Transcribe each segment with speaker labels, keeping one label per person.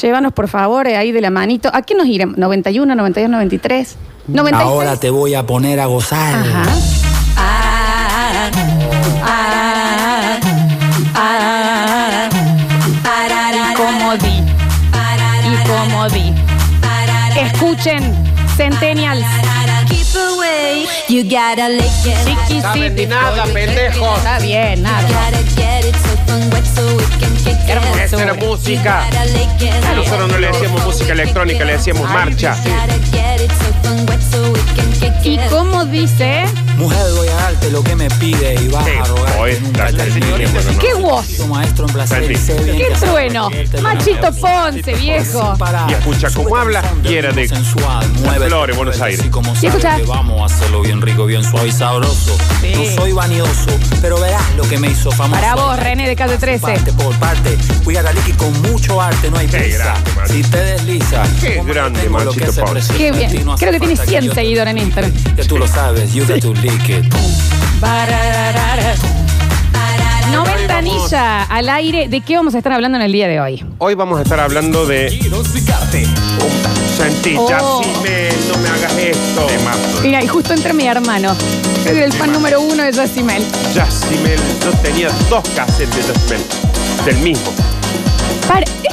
Speaker 1: Llévanos, por favor, eh, ahí de la manito. ¿A qué nos iremos? ¿91, 92, 93? ¿96?
Speaker 2: Ahora te voy a poner a gozar.
Speaker 1: Ajá. Y como di. Y como di. Escuchen, Centennials.
Speaker 3: You gotta lick it.
Speaker 1: Chiqui
Speaker 4: Saben
Speaker 1: City.
Speaker 4: de nada, pendejos.
Speaker 1: Está bien,
Speaker 3: You
Speaker 1: nada.
Speaker 3: gotta get it soaking wet so it can kick
Speaker 1: Qué
Speaker 3: it.
Speaker 4: Esa era
Speaker 1: hermosura.
Speaker 4: música.
Speaker 3: Gotta lick it.
Speaker 4: Nosotros no le decíamos música electrónica, le decíamos marcha.
Speaker 3: Gotta get it soaking wet so it can kick
Speaker 1: ¿Y
Speaker 3: it.
Speaker 1: cómo dice?
Speaker 2: Mujer, voy a darte lo que me pide y vas
Speaker 4: Sí,
Speaker 2: a rogar.
Speaker 4: o
Speaker 2: que
Speaker 4: es
Speaker 2: nunca
Speaker 4: la-
Speaker 2: termine.
Speaker 4: señorita, ¿no?
Speaker 1: ¿Qué voz?
Speaker 2: Tu maestro en placer.
Speaker 4: Perfil.
Speaker 2: sé bien
Speaker 1: ¿Qué
Speaker 2: que hacer
Speaker 1: trueno?
Speaker 2: cualquier tema.
Speaker 1: Machito Ponce, viejo.
Speaker 2: Sin parar.
Speaker 4: Y escucha cómo
Speaker 2: Súbete
Speaker 4: habla,
Speaker 2: al son del
Speaker 4: y era
Speaker 2: ritmo
Speaker 4: de
Speaker 2: sensual. Muévete,
Speaker 4: Flores, Buenos
Speaker 2: muévete,
Speaker 4: Aires.
Speaker 2: así
Speaker 1: Sí,
Speaker 2: como sabes
Speaker 1: escucha.
Speaker 2: que vamos a hacerlo bien rico, bien suave y sabroso.
Speaker 1: Sí.
Speaker 2: No soy vanidoso, pero verás lo que me hizo famoso.
Speaker 1: Para vos, René de Calle 13.
Speaker 2: Parte por parte, fui a la liqui con mucho arte, no hay
Speaker 4: Qué
Speaker 2: prisa.
Speaker 4: grande, Machito.
Speaker 2: si te deslizas,
Speaker 4: Qué
Speaker 2: como yo
Speaker 4: grande,
Speaker 2: tengo lo
Speaker 4: Machito
Speaker 2: que se
Speaker 4: Ponce.
Speaker 2: presenta,
Speaker 1: Qué bien.
Speaker 2: a ti no hace
Speaker 1: Creo que tiene
Speaker 2: falta
Speaker 1: 100
Speaker 2: yo te
Speaker 1: seguidores en
Speaker 2: explique,
Speaker 1: Instagram.
Speaker 2: Que tú lo sabes, you got to lick it.
Speaker 1: Barararara. 90 anilla al aire. ¿De qué vamos a estar hablando en el día de hoy?
Speaker 4: Hoy vamos a estar hablando de sentí, ya
Speaker 1: Oh.
Speaker 4: sí me, no me hagas esto.
Speaker 1: Mira, y justo entra mi hermano. Es el fan número uno de Yacimel.
Speaker 4: Yacimel, yo tenía dos cassettes de Yacimel, del mismo.
Speaker 1: Para, este-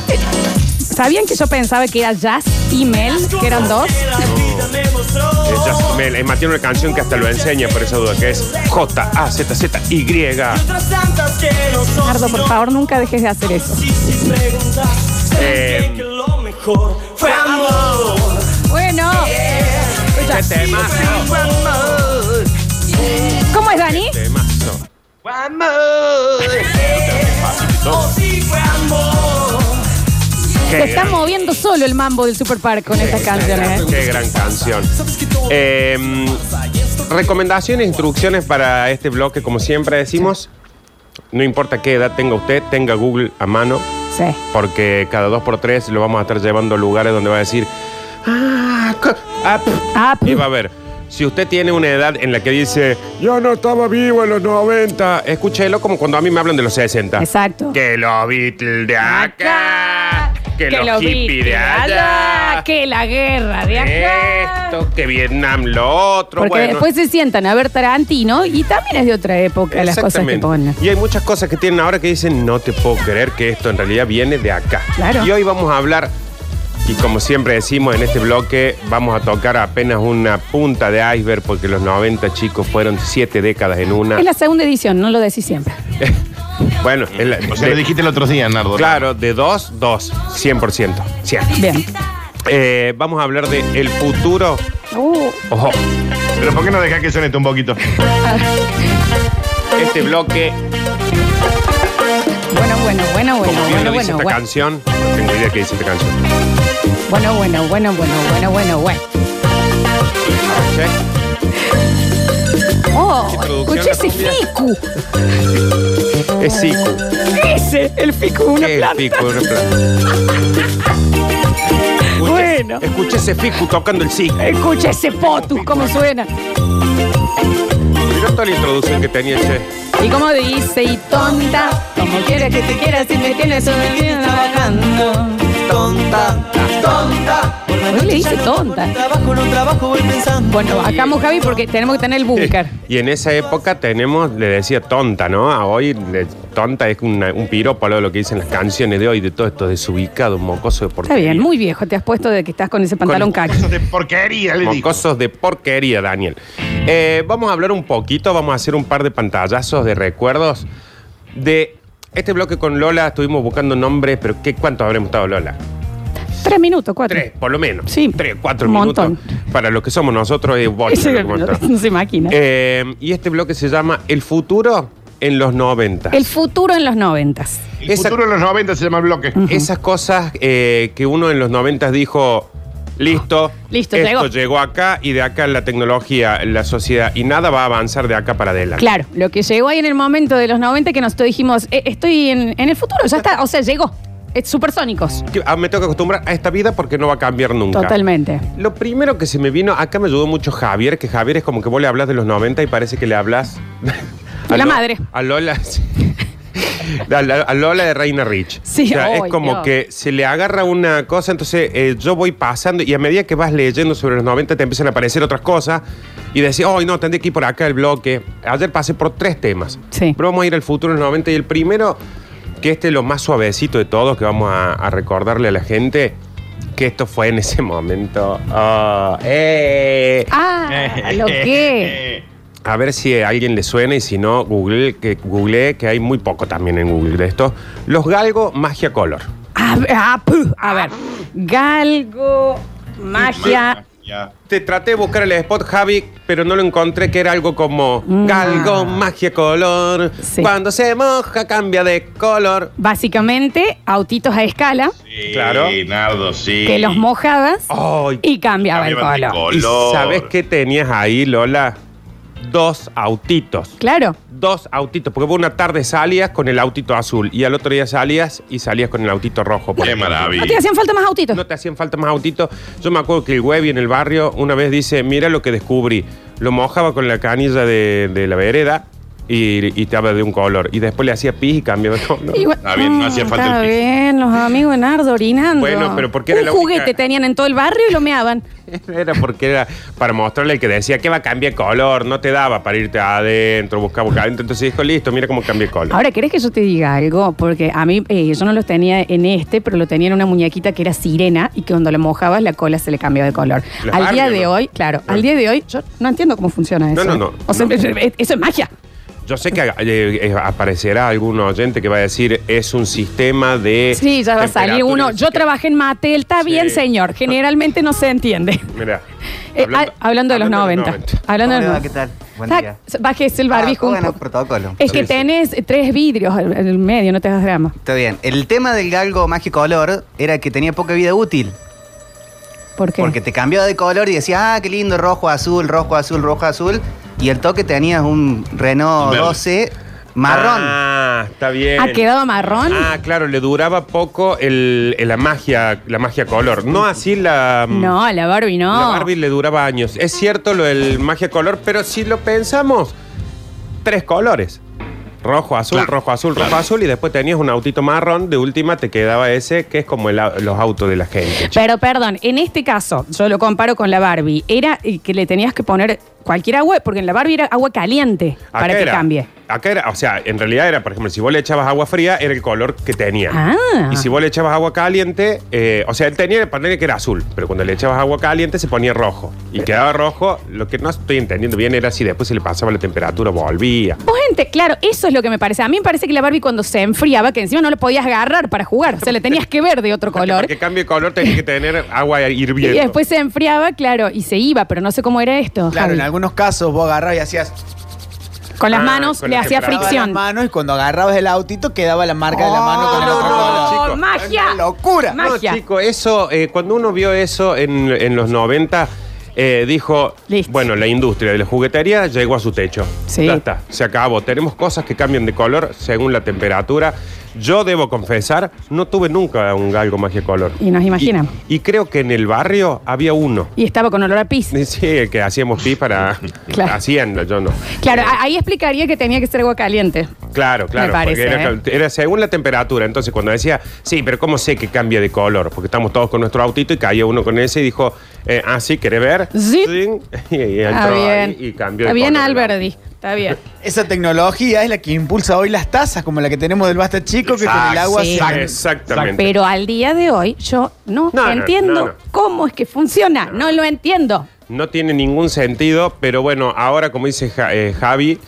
Speaker 1: ¿Sabían que yo pensaba que era Jazz y Mel, que eran dos?
Speaker 4: Eh, Yacimel, es más, tiene una canción que hasta lo enseña, por esa duda, que es J-A-Z-Z-Y.
Speaker 1: Nardo, por favor, nunca dejes de hacer eso.
Speaker 4: Eh,
Speaker 1: Bueno, escucha,
Speaker 4: qué temazo,
Speaker 1: ¿cómo es Dani?
Speaker 4: temazo. Qué
Speaker 1: Se está
Speaker 4: gran-
Speaker 1: moviendo solo el mambo del Superpark con estas canciones. ¿eh?
Speaker 4: Qué gran canción. Eh, recomendaciones, instrucciones para este bloque, como siempre decimos. No importa qué edad tenga usted, tenga Google a mano,
Speaker 1: Sí.
Speaker 4: porque cada dos por tres lo vamos a estar llevando a lugares donde va a decir. "Ah, co- ah, pf".
Speaker 1: Ah,
Speaker 4: Y va a ver. Si usted tiene una edad en la que dice, yo no estaba vivo en los 90, escúchelo como cuando a mí me hablan de los 60.
Speaker 1: Exacto.
Speaker 4: Que los Beatles de acá, que, los
Speaker 1: lo vi,
Speaker 4: hippies de
Speaker 1: que
Speaker 4: allá,
Speaker 1: que la guerra de acá.
Speaker 4: esto, que Vietnam lo otro.
Speaker 1: Porque
Speaker 4: bueno,
Speaker 1: después se sientan a ver Tarantino y también es de otra época las cosas que
Speaker 4: exactamente.
Speaker 1: ponen.
Speaker 4: Y hay muchas cosas que tienen ahora que dicen, no te puedo creer que esto en realidad viene de acá.
Speaker 1: Claro.
Speaker 4: Y hoy vamos a hablar, y como siempre decimos en este bloque, vamos a tocar apenas una punta de iceberg porque los 90 chicos fueron siete décadas en una.
Speaker 1: Es la segunda edición, no lo decís siempre.
Speaker 4: Bueno, es la-
Speaker 5: O sea, lo dijiste el otro día, Nardo.
Speaker 4: claro, de dos, dos, 100%. Siempre.
Speaker 1: Bien.
Speaker 4: Eh, vamos a hablar de el futuro.
Speaker 1: Uh,
Speaker 4: Ojo,
Speaker 5: Pero ¿por qué no dejás que suene esto un poquito?
Speaker 4: este bloque,
Speaker 1: bueno, bueno, bueno, bueno,
Speaker 4: como bien lo
Speaker 1: bueno,
Speaker 4: dice
Speaker 1: bueno,
Speaker 4: esta
Speaker 1: bueno.
Speaker 4: canción, no tengo idea que dice esta canción.
Speaker 1: Bueno, bueno, bueno, bueno, bueno, bueno, bueno.
Speaker 4: ¿Sí?
Speaker 1: Oh,
Speaker 4: Introducción
Speaker 1: escuché
Speaker 4: a la
Speaker 1: ese
Speaker 4: cumbia.
Speaker 1: ficu.
Speaker 4: Es Siku.
Speaker 1: Ese, el ficu, una
Speaker 4: ¿Qué
Speaker 1: planta.
Speaker 4: pico de una planta? Escuché-
Speaker 1: Bueno.
Speaker 4: Escuché ese Fiku tocando el Siku.
Speaker 1: Escucha ese potus, cómo suena.
Speaker 4: Mirá toda la introducción que tenía ese.
Speaker 1: Y como dice, y tonta, como quieres que te quieras, si me tienes obedecido trabajando.
Speaker 6: Tonta, tonta. Por la
Speaker 1: Hoy le
Speaker 6: noche
Speaker 1: dice
Speaker 6: ya no
Speaker 1: tonta.
Speaker 6: encuentro Trabajo, no trabajo, voy pensando.
Speaker 1: Bueno, acá Javi porque tenemos que tener el búnker.
Speaker 4: Y en esa época tenemos, le decía tonta, ¿no? A hoy le- tonta es una- un pirópalo de lo que dicen las canciones de hoy, de todo esto desubicado, mocoso de
Speaker 1: Está
Speaker 4: porquería.
Speaker 1: bien, muy viejo, te has puesto de que estás con ese pantalón caqui.
Speaker 5: de porquería, le digo.
Speaker 4: Mocosos de porquería, Daniel. Eh, vamos a hablar un poquito, vamos a hacer un par de pantallazos de recuerdos de este bloque con Lola. Estuvimos buscando nombres, pero ¿qué, ¿cuánto habremos estado Lola?
Speaker 1: Tres minutos, cuatro.
Speaker 4: Tres, por lo menos.
Speaker 1: Sí.
Speaker 4: Tres, cuatro
Speaker 1: Un
Speaker 4: minutos.
Speaker 1: montón.
Speaker 4: Para lo que somos nosotros es bocha
Speaker 1: Ese
Speaker 4: lo que
Speaker 1: no,
Speaker 4: montamos.
Speaker 1: no se imagina.
Speaker 4: Eh, y este bloque se llama El futuro en los 90.
Speaker 1: El futuro en los noventas.
Speaker 5: El
Speaker 4: Esa-
Speaker 5: futuro de los 90 se llama el bloque.
Speaker 4: Esas cosas eh, que uno en los 90 dijo, listo,
Speaker 1: Listo,
Speaker 4: esto
Speaker 1: llegó.
Speaker 4: llegó. acá y de acá la tecnología, la sociedad y nada va a avanzar de acá para adelante.
Speaker 1: Claro, lo que llegó ahí en el momento de los 90 que nosotros dijimos, "Eh, estoy en, en el futuro, ya está, o sea, llegó. Es supersónicos.
Speaker 4: Que, ah, Me tengo que acostumbrar a esta vida porque no va a cambiar nunca.
Speaker 1: Totalmente.
Speaker 4: Lo primero que se me vino, acá me ayudó mucho Javier, que Javier es como que vos le hablas de los 90 y parece que le hablas...
Speaker 1: A la madre.
Speaker 4: A Lola. sí. A, la- a Lola de Reina Rich.
Speaker 1: Sí,
Speaker 4: O sea,
Speaker 1: ay,
Speaker 4: es como
Speaker 1: Dios.
Speaker 4: que se le agarra una cosa, entonces eh, yo voy pasando y a medida que vas leyendo sobre los 90 te empiezan a aparecer otras cosas y decís, oh, no, tendré que ir por acá el bloque. Ayer pasé por tres temas.
Speaker 1: Sí.
Speaker 4: Pero vamos a ir al futuro de los 90 y el primero, que este es lo más suavecito de todos, que vamos a, a recordarle a la gente que esto fue en ese momento. Ah, eh.
Speaker 1: Ah, lo que.
Speaker 5: eh,
Speaker 4: A ver si a alguien le suena y si no, Google, que, Google, que hay muy poco también en Google de esto. Los Galgo Magia Color.
Speaker 1: A, ver, ah, puh, a ver. Galgo, magia.
Speaker 5: Ya.
Speaker 4: Te traté de buscar el spot, Javi, pero no lo encontré, que era algo como Galgo Magia Color.
Speaker 1: Sí.
Speaker 4: Cuando se moja, cambia de color.
Speaker 1: Básicamente, autitos a escala
Speaker 5: Sí,
Speaker 4: Claro.
Speaker 5: Nardo, sí.
Speaker 1: que los mojabas
Speaker 4: Ay,
Speaker 1: y cambiaba el
Speaker 5: Cambiaban de
Speaker 1: color.
Speaker 4: ¿Y
Speaker 5: color.
Speaker 4: sabes qué tenías ahí, Lola? Dos autitos.
Speaker 1: Claro.
Speaker 4: Dos autitos, porque vos una tarde salías con el autito azul y al otro día salías y salías con el autito rojo. por
Speaker 5: Qué
Speaker 4: ejemplo.
Speaker 5: maravilla.
Speaker 1: No te hacían falta más autitos.
Speaker 4: No te hacían falta más autitos. Yo me acuerdo que el Webby en el barrio una vez dice, mira lo que descubrí. Lo mojaba con la canilla de, de la vereda y, y te habla de un color. Y después le hacía pis y cambiaba de color.
Speaker 1: Y bueno,
Speaker 5: Está bien, no hacía falta
Speaker 1: Ah, Está
Speaker 5: el piso.
Speaker 1: bien, los amigos de Nardo orinando.
Speaker 4: Bueno, pero ¿por qué era
Speaker 1: Un
Speaker 4: la única-
Speaker 1: juguete tenían en todo el barrio y lo meaban.
Speaker 4: Era porque era para mostrarle que decía que va a cambiar color. No te daba para irte adentro, buscar, buscar adentro. Entonces dijo, listo, mira cómo cambia el color.
Speaker 1: Ahora, ¿querés que yo te diga algo? Porque a mí, eh, yo no los tenía en este, pero lo tenía en una muñequita que era sirena y que cuando la mojabas la cola se le cambiaba de color.
Speaker 4: Los
Speaker 1: al día
Speaker 4: Barbie,
Speaker 1: de
Speaker 4: ¿no?
Speaker 1: hoy, claro,
Speaker 4: Claro.
Speaker 1: al día de hoy yo no entiendo cómo funciona eso.
Speaker 4: no, no,
Speaker 1: O sea,
Speaker 4: no.
Speaker 1: eh, eso es magia.
Speaker 4: Yo sé que eh, eh, aparecerá algún oyente que va a decir, es un sistema de...
Speaker 1: Sí, ya va a salir
Speaker 4: temperatura,
Speaker 1: uno.
Speaker 4: no sé
Speaker 1: Yo
Speaker 4: qué".
Speaker 1: trabajé en Mattel, está
Speaker 4: Sí.
Speaker 1: bien, señor. Generalmente no se entiende.
Speaker 4: Mira.
Speaker 1: Eh, a- hablando, de los 90. Hablando de los
Speaker 7: Hola,
Speaker 1: 90.
Speaker 7: ¿qué tal? Buen
Speaker 1: Sac-
Speaker 7: día.
Speaker 1: Bájese el barbijo.
Speaker 7: Ah,
Speaker 1: un
Speaker 7: bueno,
Speaker 1: poco. Eh.
Speaker 7: protocolo.
Speaker 1: Es que
Speaker 4: Sí, sí.
Speaker 1: tenés tres vidrios en el medio, no te hagas drama.
Speaker 7: Está bien. El tema del galgo mágico olor era que tenía poca vida útil.
Speaker 1: ¿Por qué?
Speaker 7: Porque te cambiaba de color y decía, ah, qué lindo, rojo, azul, rojo, azul, rojo, azul. Y el toque tenías un Renault
Speaker 5: Verde.
Speaker 7: 12 marrón.
Speaker 4: Ah, está bien.
Speaker 1: ¿Ha quedado marrón?
Speaker 4: Ah, claro, le duraba poco el, el- la magia, la magia color. No así la.
Speaker 1: no, la Barbie no.
Speaker 4: mm. La Barbie le duraba años. Es cierto lo del magia color, pero si lo pensamos, tres colores. Rojo, azul,
Speaker 5: Claro.
Speaker 4: rojo, azul, rojo, azul, y después tenías un autito marrón, de última te quedaba ese, que es como el au- los autos de la gente. che.
Speaker 1: Pero perdón, en este caso, yo lo comparo con la Barbie. Era eh, que le tenías que poner cualquier agua, porque en la Barbie era agua caliente
Speaker 4: Acá
Speaker 1: para que
Speaker 4: era-
Speaker 1: cambie.
Speaker 4: Acá era, o sea, en realidad era, por ejemplo, si vos le echabas agua fría, era el color que tenía.
Speaker 1: Ah.
Speaker 4: Y si vos le echabas agua caliente, eh, o sea, él tenía el panel que era azul, pero cuando le echabas agua caliente se ponía rojo. Y quedaba rojo, lo que no estoy entendiendo bien era si después se le pasaba la temperatura, volvía.
Speaker 1: Vos ente- claro, eso es lo que me parece. A mí me parece que la Barbie cuando se enfriaba, que encima no lo podías agarrar para jugar, o sea, le tenías que ver de otro color.
Speaker 4: Para que cambie de color tenía que tener agua
Speaker 1: Y
Speaker 4: hirviendo.
Speaker 1: después se enfriaba, claro, y se iba, pero no sé cómo era esto.
Speaker 8: Claro,
Speaker 1: Javi.
Speaker 8: en algunos casos vos agarrabas y hacías
Speaker 1: Con las
Speaker 4: Ah,
Speaker 1: manos
Speaker 4: con
Speaker 1: le
Speaker 4: la
Speaker 1: hacía
Speaker 4: quebrada.
Speaker 8: las
Speaker 1: fricción.
Speaker 8: manos y cuando agarrabas el autito quedaba la marca de la mano con el
Speaker 4: no,
Speaker 8: otro
Speaker 4: no,
Speaker 8: color.
Speaker 4: chico.
Speaker 1: ¡Oh, magia!
Speaker 8: Una locura.
Speaker 4: No,
Speaker 1: Magia.
Speaker 4: chico, eso, eh, cuando uno vio eso en, en los 90, eh, dijo,
Speaker 1: Listo.
Speaker 4: bueno, la industria de la juguetería llegó a su techo.
Speaker 1: Sí.
Speaker 4: Ya está, se acabó. Tenemos cosas que cambian de color según la temperatura. Yo debo confesar, no tuve nunca un galgo magia color.
Speaker 1: Y nos imaginamos.
Speaker 4: Y, y creo que en el barrio había uno.
Speaker 1: Y estaba con olor a pis.
Speaker 4: Sí, el que hacíamos pis para
Speaker 1: Claro.
Speaker 4: Hacienda, yo no.
Speaker 1: Claro, a- ahí explicaría que tenía que ser agua caliente.
Speaker 4: Claro, claro.
Speaker 1: Me parece,
Speaker 4: porque era,
Speaker 1: ¿eh?
Speaker 4: era según la temperatura. Entonces, cuando decía, sí, pero ¿cómo sé que cambia de color? Porque estamos todos con nuestro autito y caía uno con ese y dijo, eh, ah, sí, ¿querés ver?
Speaker 1: Sí.
Speaker 4: Y, y
Speaker 1: Está
Speaker 4: entró
Speaker 1: Ah, bien.
Speaker 4: ahí y cambió
Speaker 1: Está
Speaker 4: de
Speaker 1: bien,
Speaker 4: color.
Speaker 1: Alberdi. Está bien.
Speaker 8: Esa tecnología es la que impulsa hoy las tazas, como la que tenemos del Basta Chico, que con el agua
Speaker 1: Sí.
Speaker 8: se-
Speaker 4: Exactamente.
Speaker 1: Pero al día de hoy yo no,
Speaker 4: No, no,
Speaker 1: entiendo
Speaker 4: no, no.
Speaker 1: cómo es que funciona. No, lo entiendo.
Speaker 4: No tiene ningún sentido, pero bueno, ahora como dice Ja- eh, Javi,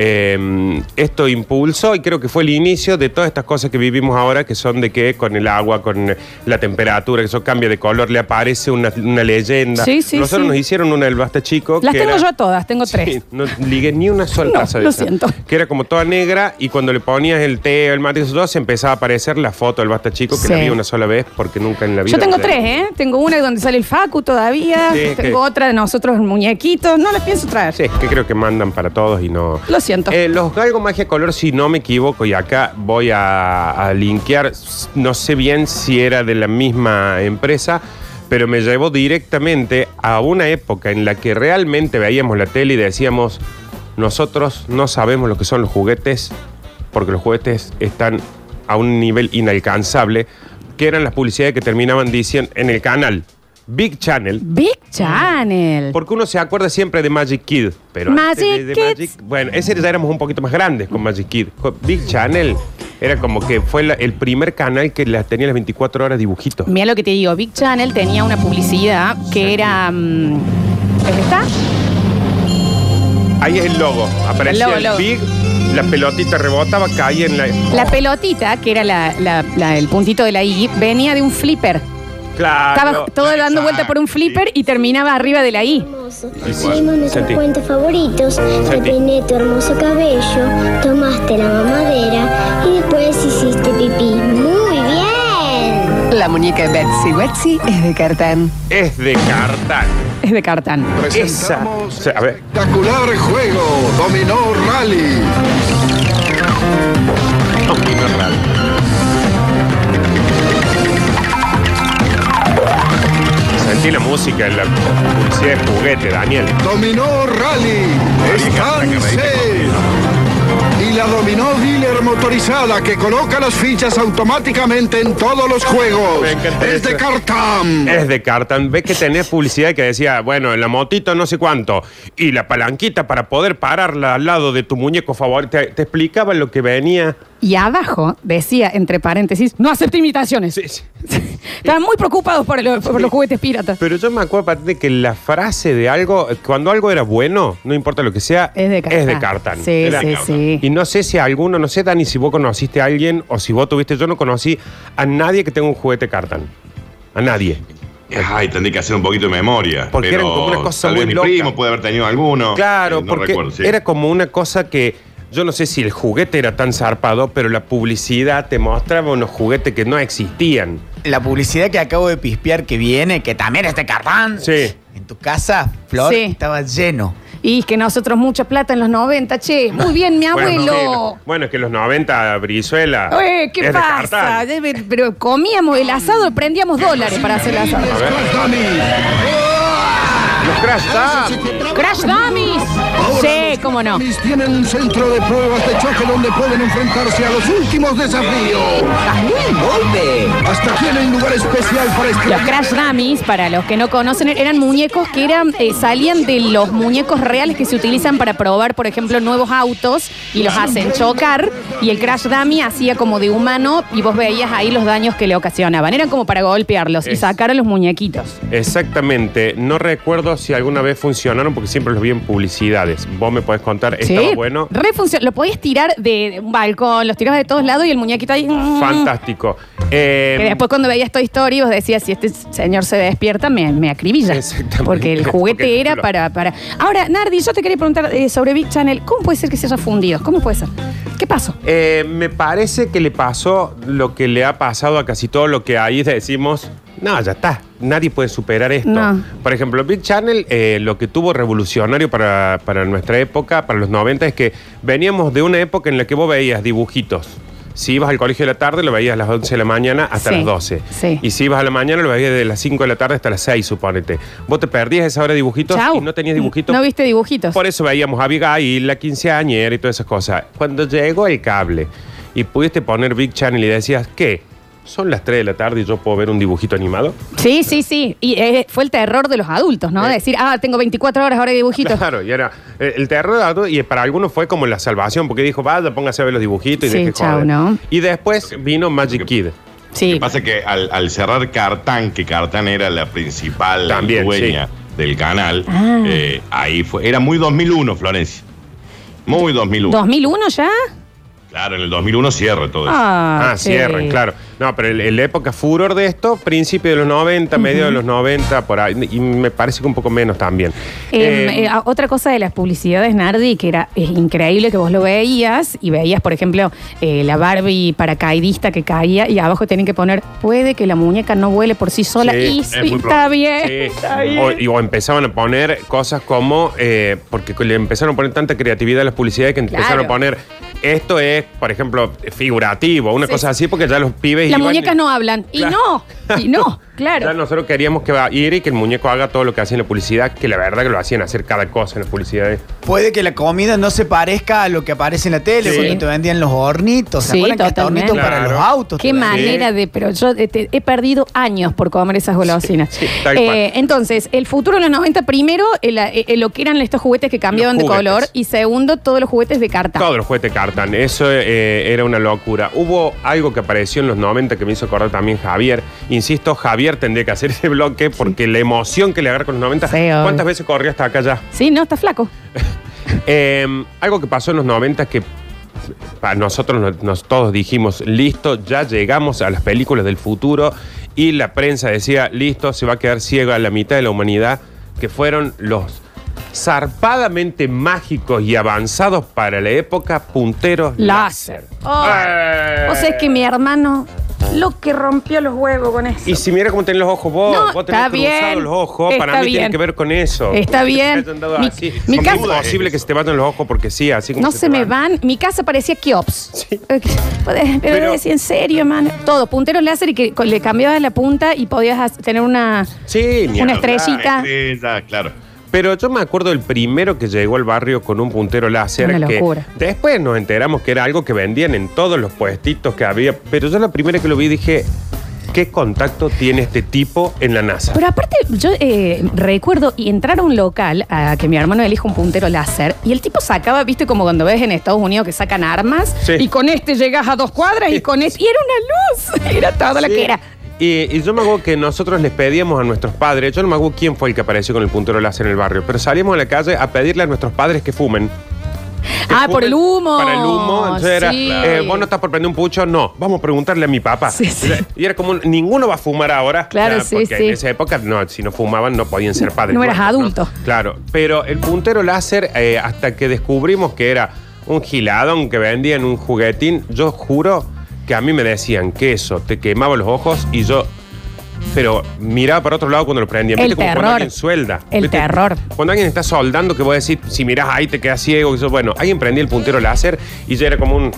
Speaker 4: eh, esto impulsó y creo que fue el inicio de todas estas cosas que vivimos ahora, que son de que con el agua, con la temperatura, que eso cambia de color, le aparece una, una leyenda.
Speaker 1: Sí, sí,
Speaker 4: Nosotros
Speaker 1: sí.
Speaker 4: nos hicieron una del Basta Chico.
Speaker 1: Las
Speaker 4: que
Speaker 1: tengo
Speaker 4: era-
Speaker 1: yo a todas, tengo tres.
Speaker 4: Sí, no ligué ni una sola
Speaker 1: No,
Speaker 4: taza de
Speaker 1: lo
Speaker 4: esa.
Speaker 1: siento.
Speaker 4: Que era como toda negra y cuando le ponías el té o el mate, esos dos, empezaba a aparecer la foto del Basta Chico, que
Speaker 1: Sí.
Speaker 4: la vi una sola vez porque nunca en la vida.
Speaker 1: Yo tengo
Speaker 4: la-
Speaker 1: tres, ¿eh? Tengo una donde sale el Facu todavía.
Speaker 4: Sí, es que-
Speaker 1: tengo otra de nosotros, muñequitos. No las pienso traer.
Speaker 4: Sí, es que creo que mandan para todos y no.
Speaker 1: Lo siento.
Speaker 4: Eh, los Galgo Magia Color, si no me equivoco, y acá voy a, a linkear, s- no sé bien si era de la misma empresa, pero me llevó directamente a una época en la que realmente veíamos la tele y decíamos, nosotros no sabemos lo que son los juguetes. porque los juguetes están a un nivel inalcanzable, que eran las publicidades que terminaban diciendo en el canal, Big Channel.
Speaker 1: Big Channel.
Speaker 4: Porque uno se acuerda siempre de Magic Kid, pero antes de-
Speaker 1: Magic
Speaker 4: de
Speaker 1: Kids.
Speaker 4: bueno, ese ya éramos un poquito más grandes con Magic Kid. Con Big Channel era como que fue la- el primer canal que la- tenía las 24 horas dibujitos.
Speaker 1: Mira lo que te digo, Big Channel tenía una publicidad que era... mm, ¿Es esta?
Speaker 4: Ahí es el logo, aparecía
Speaker 1: El logo,
Speaker 4: el
Speaker 1: logo.
Speaker 4: Big, la pelotita rebotaba, caía en la
Speaker 1: La pelotita, que era la- la- la- el puntito de la I, venía de un flipper.
Speaker 4: oh, Claro.
Speaker 1: Estaba todo dando vuelta por un flipper y terminaba arriba de la I.
Speaker 4: Igual,
Speaker 9: Seguimos nuestros
Speaker 4: sentí.
Speaker 9: cuentos favoritos. Te
Speaker 4: Sentí.
Speaker 9: peiné tu hermoso cabello, tomaste la mamadera y después hiciste pipí. ¡Muy bien!
Speaker 10: La muñeca Betsy Betsy es de cartán.
Speaker 4: Es de cartán.
Speaker 1: Es de cartán.
Speaker 4: Esa. O sea, a ver,
Speaker 11: Espectacular juego, dominó rally.
Speaker 4: sentí la música en la publicidad de juguete, Daniel.
Speaker 11: Dominó Rally, Stance y la dominó dealer motorizada que coloca las fichas automáticamente en todos los juegos.
Speaker 4: Me encanta
Speaker 11: Es de
Speaker 4: eso.
Speaker 11: Cartam.
Speaker 4: Es de cartán. Ves que tenés publicidad que decía, bueno, la motito no sé cuánto y la palanquita para poder pararla al lado de tu muñeco favorito. Te, te explicaba lo que venía.
Speaker 1: Y abajo decía, entre paréntesis, no acepte imitaciones.
Speaker 4: Sí, sí.
Speaker 1: Estaban muy preocupados por, el- por los juguetes piratas.
Speaker 4: Pero yo me acuerdo aparte de que la frase de algo, cuando algo era bueno, no importa lo que sea,
Speaker 1: Es de Cartán.
Speaker 4: Cartán.
Speaker 1: Sí,
Speaker 4: Era-
Speaker 1: sí, sí.
Speaker 4: Y no sé si alguno, no sé, Dani, si vos conociste a alguien o si vos tuviste, yo no conocí a nadie que tenga un juguete Cartán. A nadie.
Speaker 5: Ay, tendré que hacer un poquito de memoria.
Speaker 4: Porque
Speaker 5: pero
Speaker 4: eran como una cosa
Speaker 5: tal vez
Speaker 4: muy
Speaker 5: mi
Speaker 4: loca.
Speaker 5: primo puede haber tenido alguno.
Speaker 4: Claro,
Speaker 5: Eh, no
Speaker 4: porque
Speaker 5: recuerdo, sí.
Speaker 4: era como una cosa que yo no sé si el juguete era tan zarpado, pero la publicidad te mostraba unos juguetes que no existían.
Speaker 8: La publicidad que acabo de pispear que viene, que también es de cartán.
Speaker 4: Sí.
Speaker 8: En tu casa, Flor,
Speaker 1: Sí.
Speaker 8: estaba lleno.
Speaker 1: Y es que nosotros mucha plata en los 90, che. Muy bien, mi abuelo.
Speaker 4: Bueno, bueno, es que en los 90 Brizuela.
Speaker 1: Eh, ¿Qué
Speaker 4: es de
Speaker 1: pasa?
Speaker 4: Cartán.
Speaker 1: Debe- Pero comíamos el asado, prendíamos dólares para hacer el asado.
Speaker 4: A ver. Los Crash Tap.
Speaker 1: ¡Crash Dummies! Sí, cómo no.
Speaker 11: Mis tienen un centro de pruebas de choque donde pueden enfrentarse a los últimos desafíos. Hasta tienen lugar especial para este
Speaker 1: Los
Speaker 11: estrenar
Speaker 1: Crash Dummies, para los que no conocen, eran muñecos que eran eh, salían de los muñecos reales que se utilizan para probar, por ejemplo, nuevos autos y los hacen chocar. Y el Crash Dummy hacía como de humano y vos veías ahí los daños que le ocasionaban. Eran como para golpearlos y
Speaker 4: Es-
Speaker 1: sacar a los muñequitos.
Speaker 4: Exactamente. No recuerdo si alguna vez funcionaron porque siempre los vi en publicidades. Vos me podés contar, estaba bueno.
Speaker 1: re funcion- Lo podías tirar de un balcón, los tirabas de todos lados y el muñequito ahí. mm,
Speaker 4: Fantástico. Eh,
Speaker 1: Que después cuando veías Toy Story vos decías, si este señor se despierta, me, me acribilla.
Speaker 4: Exactamente.
Speaker 1: Porque el juguete
Speaker 4: Porque
Speaker 1: era
Speaker 4: lo-
Speaker 1: para, para... Ahora, Nardi, yo te quería preguntar eh, sobre Big Channel. ¿Cómo puede ser que se haya fundido? ¿Cómo puede ser? ¿Qué pasó?
Speaker 4: eh, me parece que le pasó lo que le ha pasado a casi todo lo que ahí decimos. No, ya está. Nadie puede superar esto.
Speaker 1: No.
Speaker 4: Por ejemplo, Big Channel, eh, lo que tuvo revolucionario para, para nuestra época, para los 90, es que veníamos de una época en la que vos veías dibujitos. Si ibas al colegio de la tarde, lo veías a las 11 de la mañana hasta
Speaker 1: Sí,
Speaker 4: las 12.
Speaker 1: sí.
Speaker 4: Y si ibas a la mañana, lo veías de las 5 de la tarde hasta las 6, suponete. Vos te perdías esa hora de dibujitos
Speaker 1: Chau.
Speaker 4: y no tenías dibujitos.
Speaker 1: No viste dibujitos.
Speaker 4: Por e- eso veíamos a Abigail, la quinceañera y todas esas cosas. Cuando llegó el cable y pudiste poner Big Channel y decías, ¿qué? Son las 3 de la tarde y yo puedo ver un dibujito animado.
Speaker 1: Sí, sí, sí. Y eh, fue el terror de los adultos, ¿no?
Speaker 4: Eh.
Speaker 1: Decir, ah, tengo 24 horas ahora de dibujitos.
Speaker 4: Claro, y era eh, el terror de adulto, y para algunos fue como la salvación, porque dijo, vaya, póngase a ver los dibujitos y
Speaker 1: Sí,
Speaker 4: deje
Speaker 1: chau,
Speaker 4: joder".
Speaker 1: ¿no?
Speaker 4: Y después vino Magic Kid.
Speaker 1: Sí.
Speaker 5: Pasa que al, al cerrar Cartán, que Cartán era la principal
Speaker 4: También,
Speaker 5: dueña del canal,
Speaker 1: Ah.
Speaker 5: eh, ahí fue. Era muy 2001, Florencia. Muy 2001.
Speaker 1: ¿2001 ya?
Speaker 5: Claro, en el 2001 cierra todo eso.
Speaker 1: Ah,
Speaker 4: Ah, cierren,
Speaker 1: sí.
Speaker 4: claro. No, pero el- la época furor de esto, principio de los 90, medio de los 90, por ahí, y me parece que un poco menos también.
Speaker 1: Em,
Speaker 4: Eh,
Speaker 1: eh, a- otra cosa de las publicidades, Nardi, que era es increíble que vos lo veías y veías, por ejemplo, eh, la Barbie paracaidista que caía y abajo tenían que poner, puede que la muñeca no vuele por sí sola
Speaker 4: Sí,
Speaker 1: y
Speaker 4: es
Speaker 1: sí,
Speaker 5: muy
Speaker 1: está
Speaker 5: probable.
Speaker 1: bien.
Speaker 4: Sí.
Speaker 1: está bien.
Speaker 4: O, y- o empezaban a poner cosas como, eh, porque le empezaron a poner tanta creatividad a las publicidades que
Speaker 1: Claro.
Speaker 4: empezaron a poner Esto es, por ejemplo, figurativo, una cosa así, porque ya los pibes.
Speaker 1: Las
Speaker 4: iban-
Speaker 1: muñecas no hablan. Y
Speaker 4: Claro.
Speaker 1: no, y no, claro.
Speaker 4: Ya nosotros queríamos que va a ir y que el muñeco haga todo lo que hace en la publicidad, que la verdad que lo hacían hacer cada cosa en la publicidad. ¿eh?
Speaker 8: Puede que la comida no se parezca a lo que aparece en la tele,
Speaker 4: Sí.
Speaker 8: cuando te vendían los hornitos. ¿Se
Speaker 1: Sí,
Speaker 8: acuerdan que hasta
Speaker 1: totalmente.
Speaker 8: hornitos para
Speaker 4: Claro.
Speaker 8: los autos?
Speaker 1: Qué manera de. Pero yo este, he perdido años por comer esas golosinas.
Speaker 8: tal
Speaker 1: Eh,
Speaker 8: cual.
Speaker 1: entonces, el futuro de los 90, primero, el- eh, eh, lo que eran estos juguetes que cambiaban de
Speaker 4: juguetes.
Speaker 1: color. Y segundo, todos los juguetes de carta.
Speaker 4: Todos los juguetes cartan. Eso eh, era una locura. Hubo algo que apareció en los 90 que me hizo acordar también Javier. Insisto, Javier tendría que hacer ese bloque porque la emoción que le agarra con los 90.
Speaker 1: obvio.
Speaker 4: ¿Cuántas veces corrió hasta acá ya?
Speaker 1: Sí, no, está flaco.
Speaker 4: Eh, algo que pasó en los 90 que para nosotros nos, nos todos dijimos, listo, ya llegamos a las películas del futuro y la prensa decía, listo, se va a quedar ciega la mitad de la humanidad, que fueron los zarpadamente mágicos y avanzados para la época punteros
Speaker 1: Láser. Oh.
Speaker 4: Eh.
Speaker 1: O sea, es que mi hermano lo que rompió los huevos con eso.
Speaker 4: Y si mira cómo tenés los ojos vos,
Speaker 1: No,
Speaker 4: vos tenés
Speaker 1: está
Speaker 4: cruzados
Speaker 1: bien.
Speaker 4: los ojos, para
Speaker 1: Está
Speaker 4: mí
Speaker 1: bien.
Speaker 4: tiene que ver con eso.
Speaker 1: Está bien. Mi- mi
Speaker 4: Mi,
Speaker 1: casa-
Speaker 4: Es imposible que se te maten los ojos porque sí, así como
Speaker 1: No
Speaker 4: te
Speaker 1: se me
Speaker 4: van.
Speaker 1: van. Mi casa parecía Kiops. Pero,
Speaker 4: Pero-
Speaker 1: decía, en serio, man. Todo, punteros láser y que co- le cambiabas la punta y podías hac- tener una,
Speaker 4: Sí, ni
Speaker 1: una
Speaker 4: hablar.
Speaker 1: estrellita.
Speaker 5: Ah, claro.
Speaker 4: Pero yo me acuerdo el primero que llegó al barrio con un puntero láser.
Speaker 1: Una
Speaker 4: que
Speaker 1: locura.
Speaker 4: después nos enteramos que era algo que vendían en todos los puestitos que había. Pero yo la primera que lo vi dije, ¿qué contacto tiene este tipo en la NASA?
Speaker 1: Pero aparte, yo eh, recuerdo y entrar a un local a que mi hermano elija un puntero láser y el tipo sacaba, viste, como cuando ves en Estados Unidos que sacan armas
Speaker 4: Sí.
Speaker 1: y con este llegas a dos cuadras y con este. Y era una luz. Era todo lo
Speaker 4: Sí.
Speaker 1: que era.
Speaker 4: Y, y yo me acuerdo que nosotros les pedíamos a nuestros padres, yo no me acuerdo quién fue el que apareció con el puntero láser en el barrio, pero salíamos a la calle a pedirle a nuestros padres que fumen. Que
Speaker 1: Ah, por el humo.
Speaker 4: Para el humo. Entonces era,
Speaker 1: Sí.
Speaker 4: eh, vos no estás por prender un pucho, no. Vamos a preguntarle a mi papá. Y era como, ninguno va a fumar ahora.
Speaker 1: Claro,
Speaker 4: Ah,
Speaker 1: sí,
Speaker 4: Porque
Speaker 1: sí.
Speaker 4: en esa época, no, si no fumaban, no podían ser padres.
Speaker 1: No eras
Speaker 4: nuestros,
Speaker 1: adulto.
Speaker 4: Claro, pero el puntero láser, eh, hasta que descubrimos que era un giladón que vendían un juguetín, yo juro que a mí me decían que eso te quemaba los ojos y yo. Pero miraba para otro lado cuando lo prendían.
Speaker 1: El
Speaker 4: ¿Viste? Como cuando
Speaker 1: terror.
Speaker 4: alguien suelda.
Speaker 1: El
Speaker 4: ¿Viste?
Speaker 1: terror.
Speaker 4: Cuando alguien está soldando, que vos decís, si mirás ahí te quedas ciego. Y yo, bueno, alguien prendía el puntero láser y ya era como un.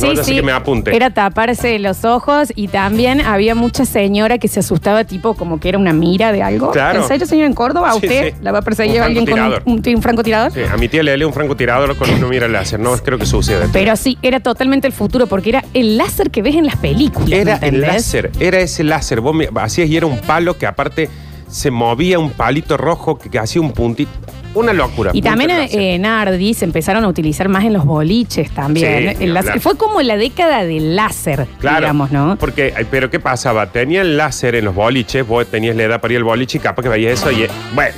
Speaker 4: no, ya sé que me apunte.
Speaker 1: Era taparse los ojos y también había mucha señora que se asustaba, tipo como que era una mira de algo.
Speaker 4: Claro.
Speaker 1: ¿En serio, señor, en Córdoba? ¿A
Speaker 4: Sí,
Speaker 1: ¿Usted
Speaker 4: sí.
Speaker 1: la va a perseguir
Speaker 4: Un
Speaker 1: alguien con un,
Speaker 4: francotirador.
Speaker 1: un- un francotirador?
Speaker 4: Sí, a mi tía le lee un francotirador con una mira láser. No creo que suceda.
Speaker 1: Pero sí, era totalmente el futuro porque era el láser que ves en las películas.
Speaker 4: Era
Speaker 1: ¿me
Speaker 4: el
Speaker 1: entendés?
Speaker 4: láser, era ese láser. Vos me- hacías y era un palo que aparte se movía un palito rojo que, que hacía un puntito. Una locura.
Speaker 1: Y también eh,
Speaker 4: Punto láser.
Speaker 1: en Nardi se empezaron a utilizar más en los boliches también. ¿eh?
Speaker 4: Sí, ni
Speaker 1: el láser.
Speaker 4: hablar.
Speaker 1: Fue como la década del láser,
Speaker 4: Claro,
Speaker 1: digamos, ¿no?
Speaker 4: porque, ay, pero ¿qué pasaba? Tenían láser en los boliches, vos tenías la edad para ir al boliche y capaz que veías eso y, eh, bueno,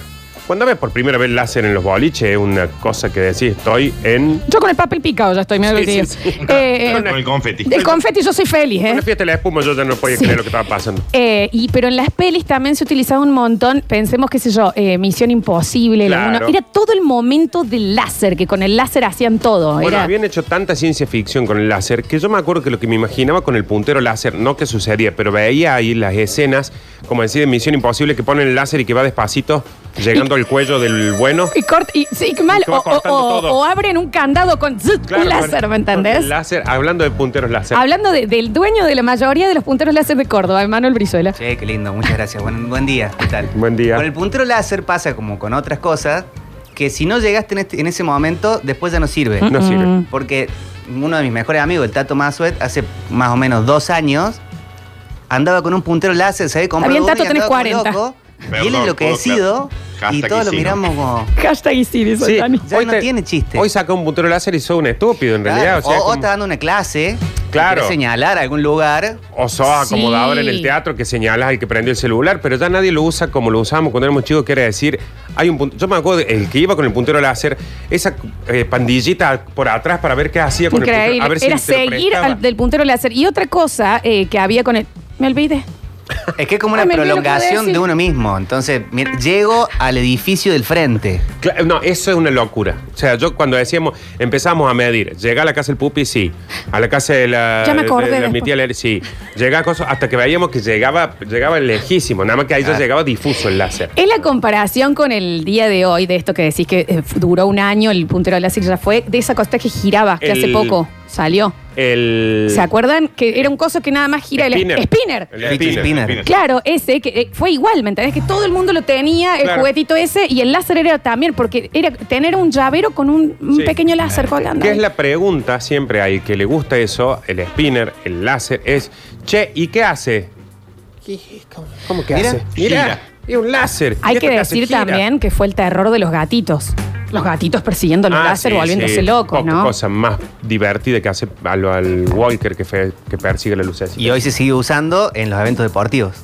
Speaker 4: cuando ves por primera vez láser en los boliches es una cosa que decís, estoy en...
Speaker 1: Yo con el papel picado ya estoy medio
Speaker 4: Sí,
Speaker 1: divertido.
Speaker 4: sí, sí.
Speaker 1: Eh,
Speaker 4: Con
Speaker 1: eh,
Speaker 4: el confeti.
Speaker 1: del confeti yo soy feliz, ¿eh?
Speaker 4: Una fiesta de la espuma yo ya no podía creer lo que estaba pasando.
Speaker 1: Eh, y, pero en las pelis también se utilizaba un montón, pensemos, qué sé yo, eh, Misión Imposible, la
Speaker 4: Claro.
Speaker 1: uno. era todo el momento del láser, que con el láser hacían todo.
Speaker 4: Bueno,
Speaker 1: era-
Speaker 4: habían hecho tanta ciencia ficción con el láser que yo me acuerdo que lo que me imaginaba con el puntero láser, no que sucedía, pero veía ahí las escenas, como decía de Misión Imposible, que ponen el láser y que va despacito, llegando al cuello del bueno.
Speaker 1: Y corta, y sí, qué mal,
Speaker 4: Y se
Speaker 1: o,
Speaker 4: va
Speaker 1: o-
Speaker 4: cortando
Speaker 1: o-
Speaker 4: todo.
Speaker 1: o abren un candado con zut,
Speaker 4: Claro,
Speaker 1: un láser,
Speaker 4: con-
Speaker 1: ¿me entendés?
Speaker 4: con Láser, hablando de punteros láser.
Speaker 1: Hablando de- del dueño de la mayoría de los punteros láser de Córdoba, Manuel Brizuela.
Speaker 7: Che, qué lindo, muchas gracias. Buen, buen día, ¿qué tal?
Speaker 4: Buen día.
Speaker 7: Con el puntero láser pasa como con otras cosas, que si no llegaste en, este- en ese momento, después ya no sirve.
Speaker 4: No
Speaker 1: Mm,
Speaker 4: sirve.
Speaker 7: Porque uno de mis mejores amigos, el Tato Masuet, hace más o menos dos años, andaba con un puntero láser, se había comprado
Speaker 1: bien,
Speaker 7: uno
Speaker 1: Tato,
Speaker 7: y
Speaker 1: tenés
Speaker 7: andaba como
Speaker 1: 40.
Speaker 7: loco, y él
Speaker 5: Perdón, puedo,
Speaker 7: enloquecido,
Speaker 5: claro.
Speaker 7: y
Speaker 5: Hashtag
Speaker 7: todos
Speaker 5: y
Speaker 7: lo
Speaker 5: sí, ¿no?
Speaker 7: miramos como...
Speaker 1: Hashtag Isiris,
Speaker 4: Sí,
Speaker 1: Soltani.
Speaker 7: Ya no tiene chiste.
Speaker 4: Hoy saca un puntero láser y sos un estúpido, en
Speaker 7: Claro,
Speaker 4: realidad.
Speaker 7: o,
Speaker 4: O, sea,
Speaker 7: o
Speaker 4: como-
Speaker 7: está dando una clase, y
Speaker 4: Claro.
Speaker 7: querés señalar algún lugar,
Speaker 4: o sos acomodador
Speaker 1: Sí.
Speaker 4: en el teatro que señalas al que prendió el celular, pero ya nadie lo usa como lo usábamos cuando éramos chicos, que era decir, hay un punto. Yo me acuerdo, el que iba con el puntero láser, esa eh, pandillita por atrás para ver qué hacía con el
Speaker 1: Increíble.
Speaker 4: puntero. A ver si
Speaker 1: era
Speaker 4: te lo
Speaker 1: seguir
Speaker 4: prestaba.
Speaker 1: al- del puntero láser. Y otra cosa eh, que había con el. Me olvidé.
Speaker 7: Es que es como una
Speaker 1: Ay, me olvidé lo que iba a
Speaker 7: prolongación
Speaker 1: decir.
Speaker 7: de uno mismo. Entonces, mira, llego al edificio del frente.
Speaker 4: Cla- No, eso es una locura. O sea, yo cuando decíamos, empezamos a medir, llega a la casa del pupi, sí. A la casa de la,
Speaker 1: Ya me
Speaker 4: de-
Speaker 1: acordé
Speaker 4: de la- mi
Speaker 1: después.
Speaker 4: tía Leli, sí. Llega cosas hasta que veíamos que llegaba, llegaba lejísimo. Nada más que ahí ya llegaba difuso el láser.
Speaker 1: Es la comparación con el día de hoy, de esto que decís que eh, duró un año, el puntero láser ya fue, de esa cosa que giraba, que hace
Speaker 4: El-
Speaker 1: poco. salió.
Speaker 4: El.
Speaker 1: ¿Se acuerdan? Que era un coso que nada más gira el spinner.
Speaker 4: El spinner.
Speaker 1: Claro, ese que eh, fue igual, ¿me entendés? Que todo el mundo lo tenía, el
Speaker 4: Claro.
Speaker 1: juguetito ese, y el láser era también, porque era tener un llavero con un, un
Speaker 4: Sí.
Speaker 1: pequeño láser colgando.
Speaker 4: ¿Qué es la pregunta siempre hay que le gusta eso, el spinner, el láser? Es, che, ¿y qué hace? ¿Cómo que
Speaker 1: Mira,
Speaker 4: hace? Mira,
Speaker 1: gira.
Speaker 4: es un láser.
Speaker 1: Hay
Speaker 4: Mira
Speaker 1: que
Speaker 4: esto hace,
Speaker 1: decir
Speaker 4: gira.
Speaker 1: también que fue el terror de los gatitos. Los gatitos persiguiendo los
Speaker 4: Ah,
Speaker 1: láser,
Speaker 4: sí,
Speaker 1: volviéndose
Speaker 4: sí.
Speaker 1: locos,
Speaker 4: Poca
Speaker 1: ¿no?
Speaker 4: cosa más divertida que hace a lo- al Walker que, fe- que persigue la luz
Speaker 7: Y hoy se sigue usando en los eventos deportivos.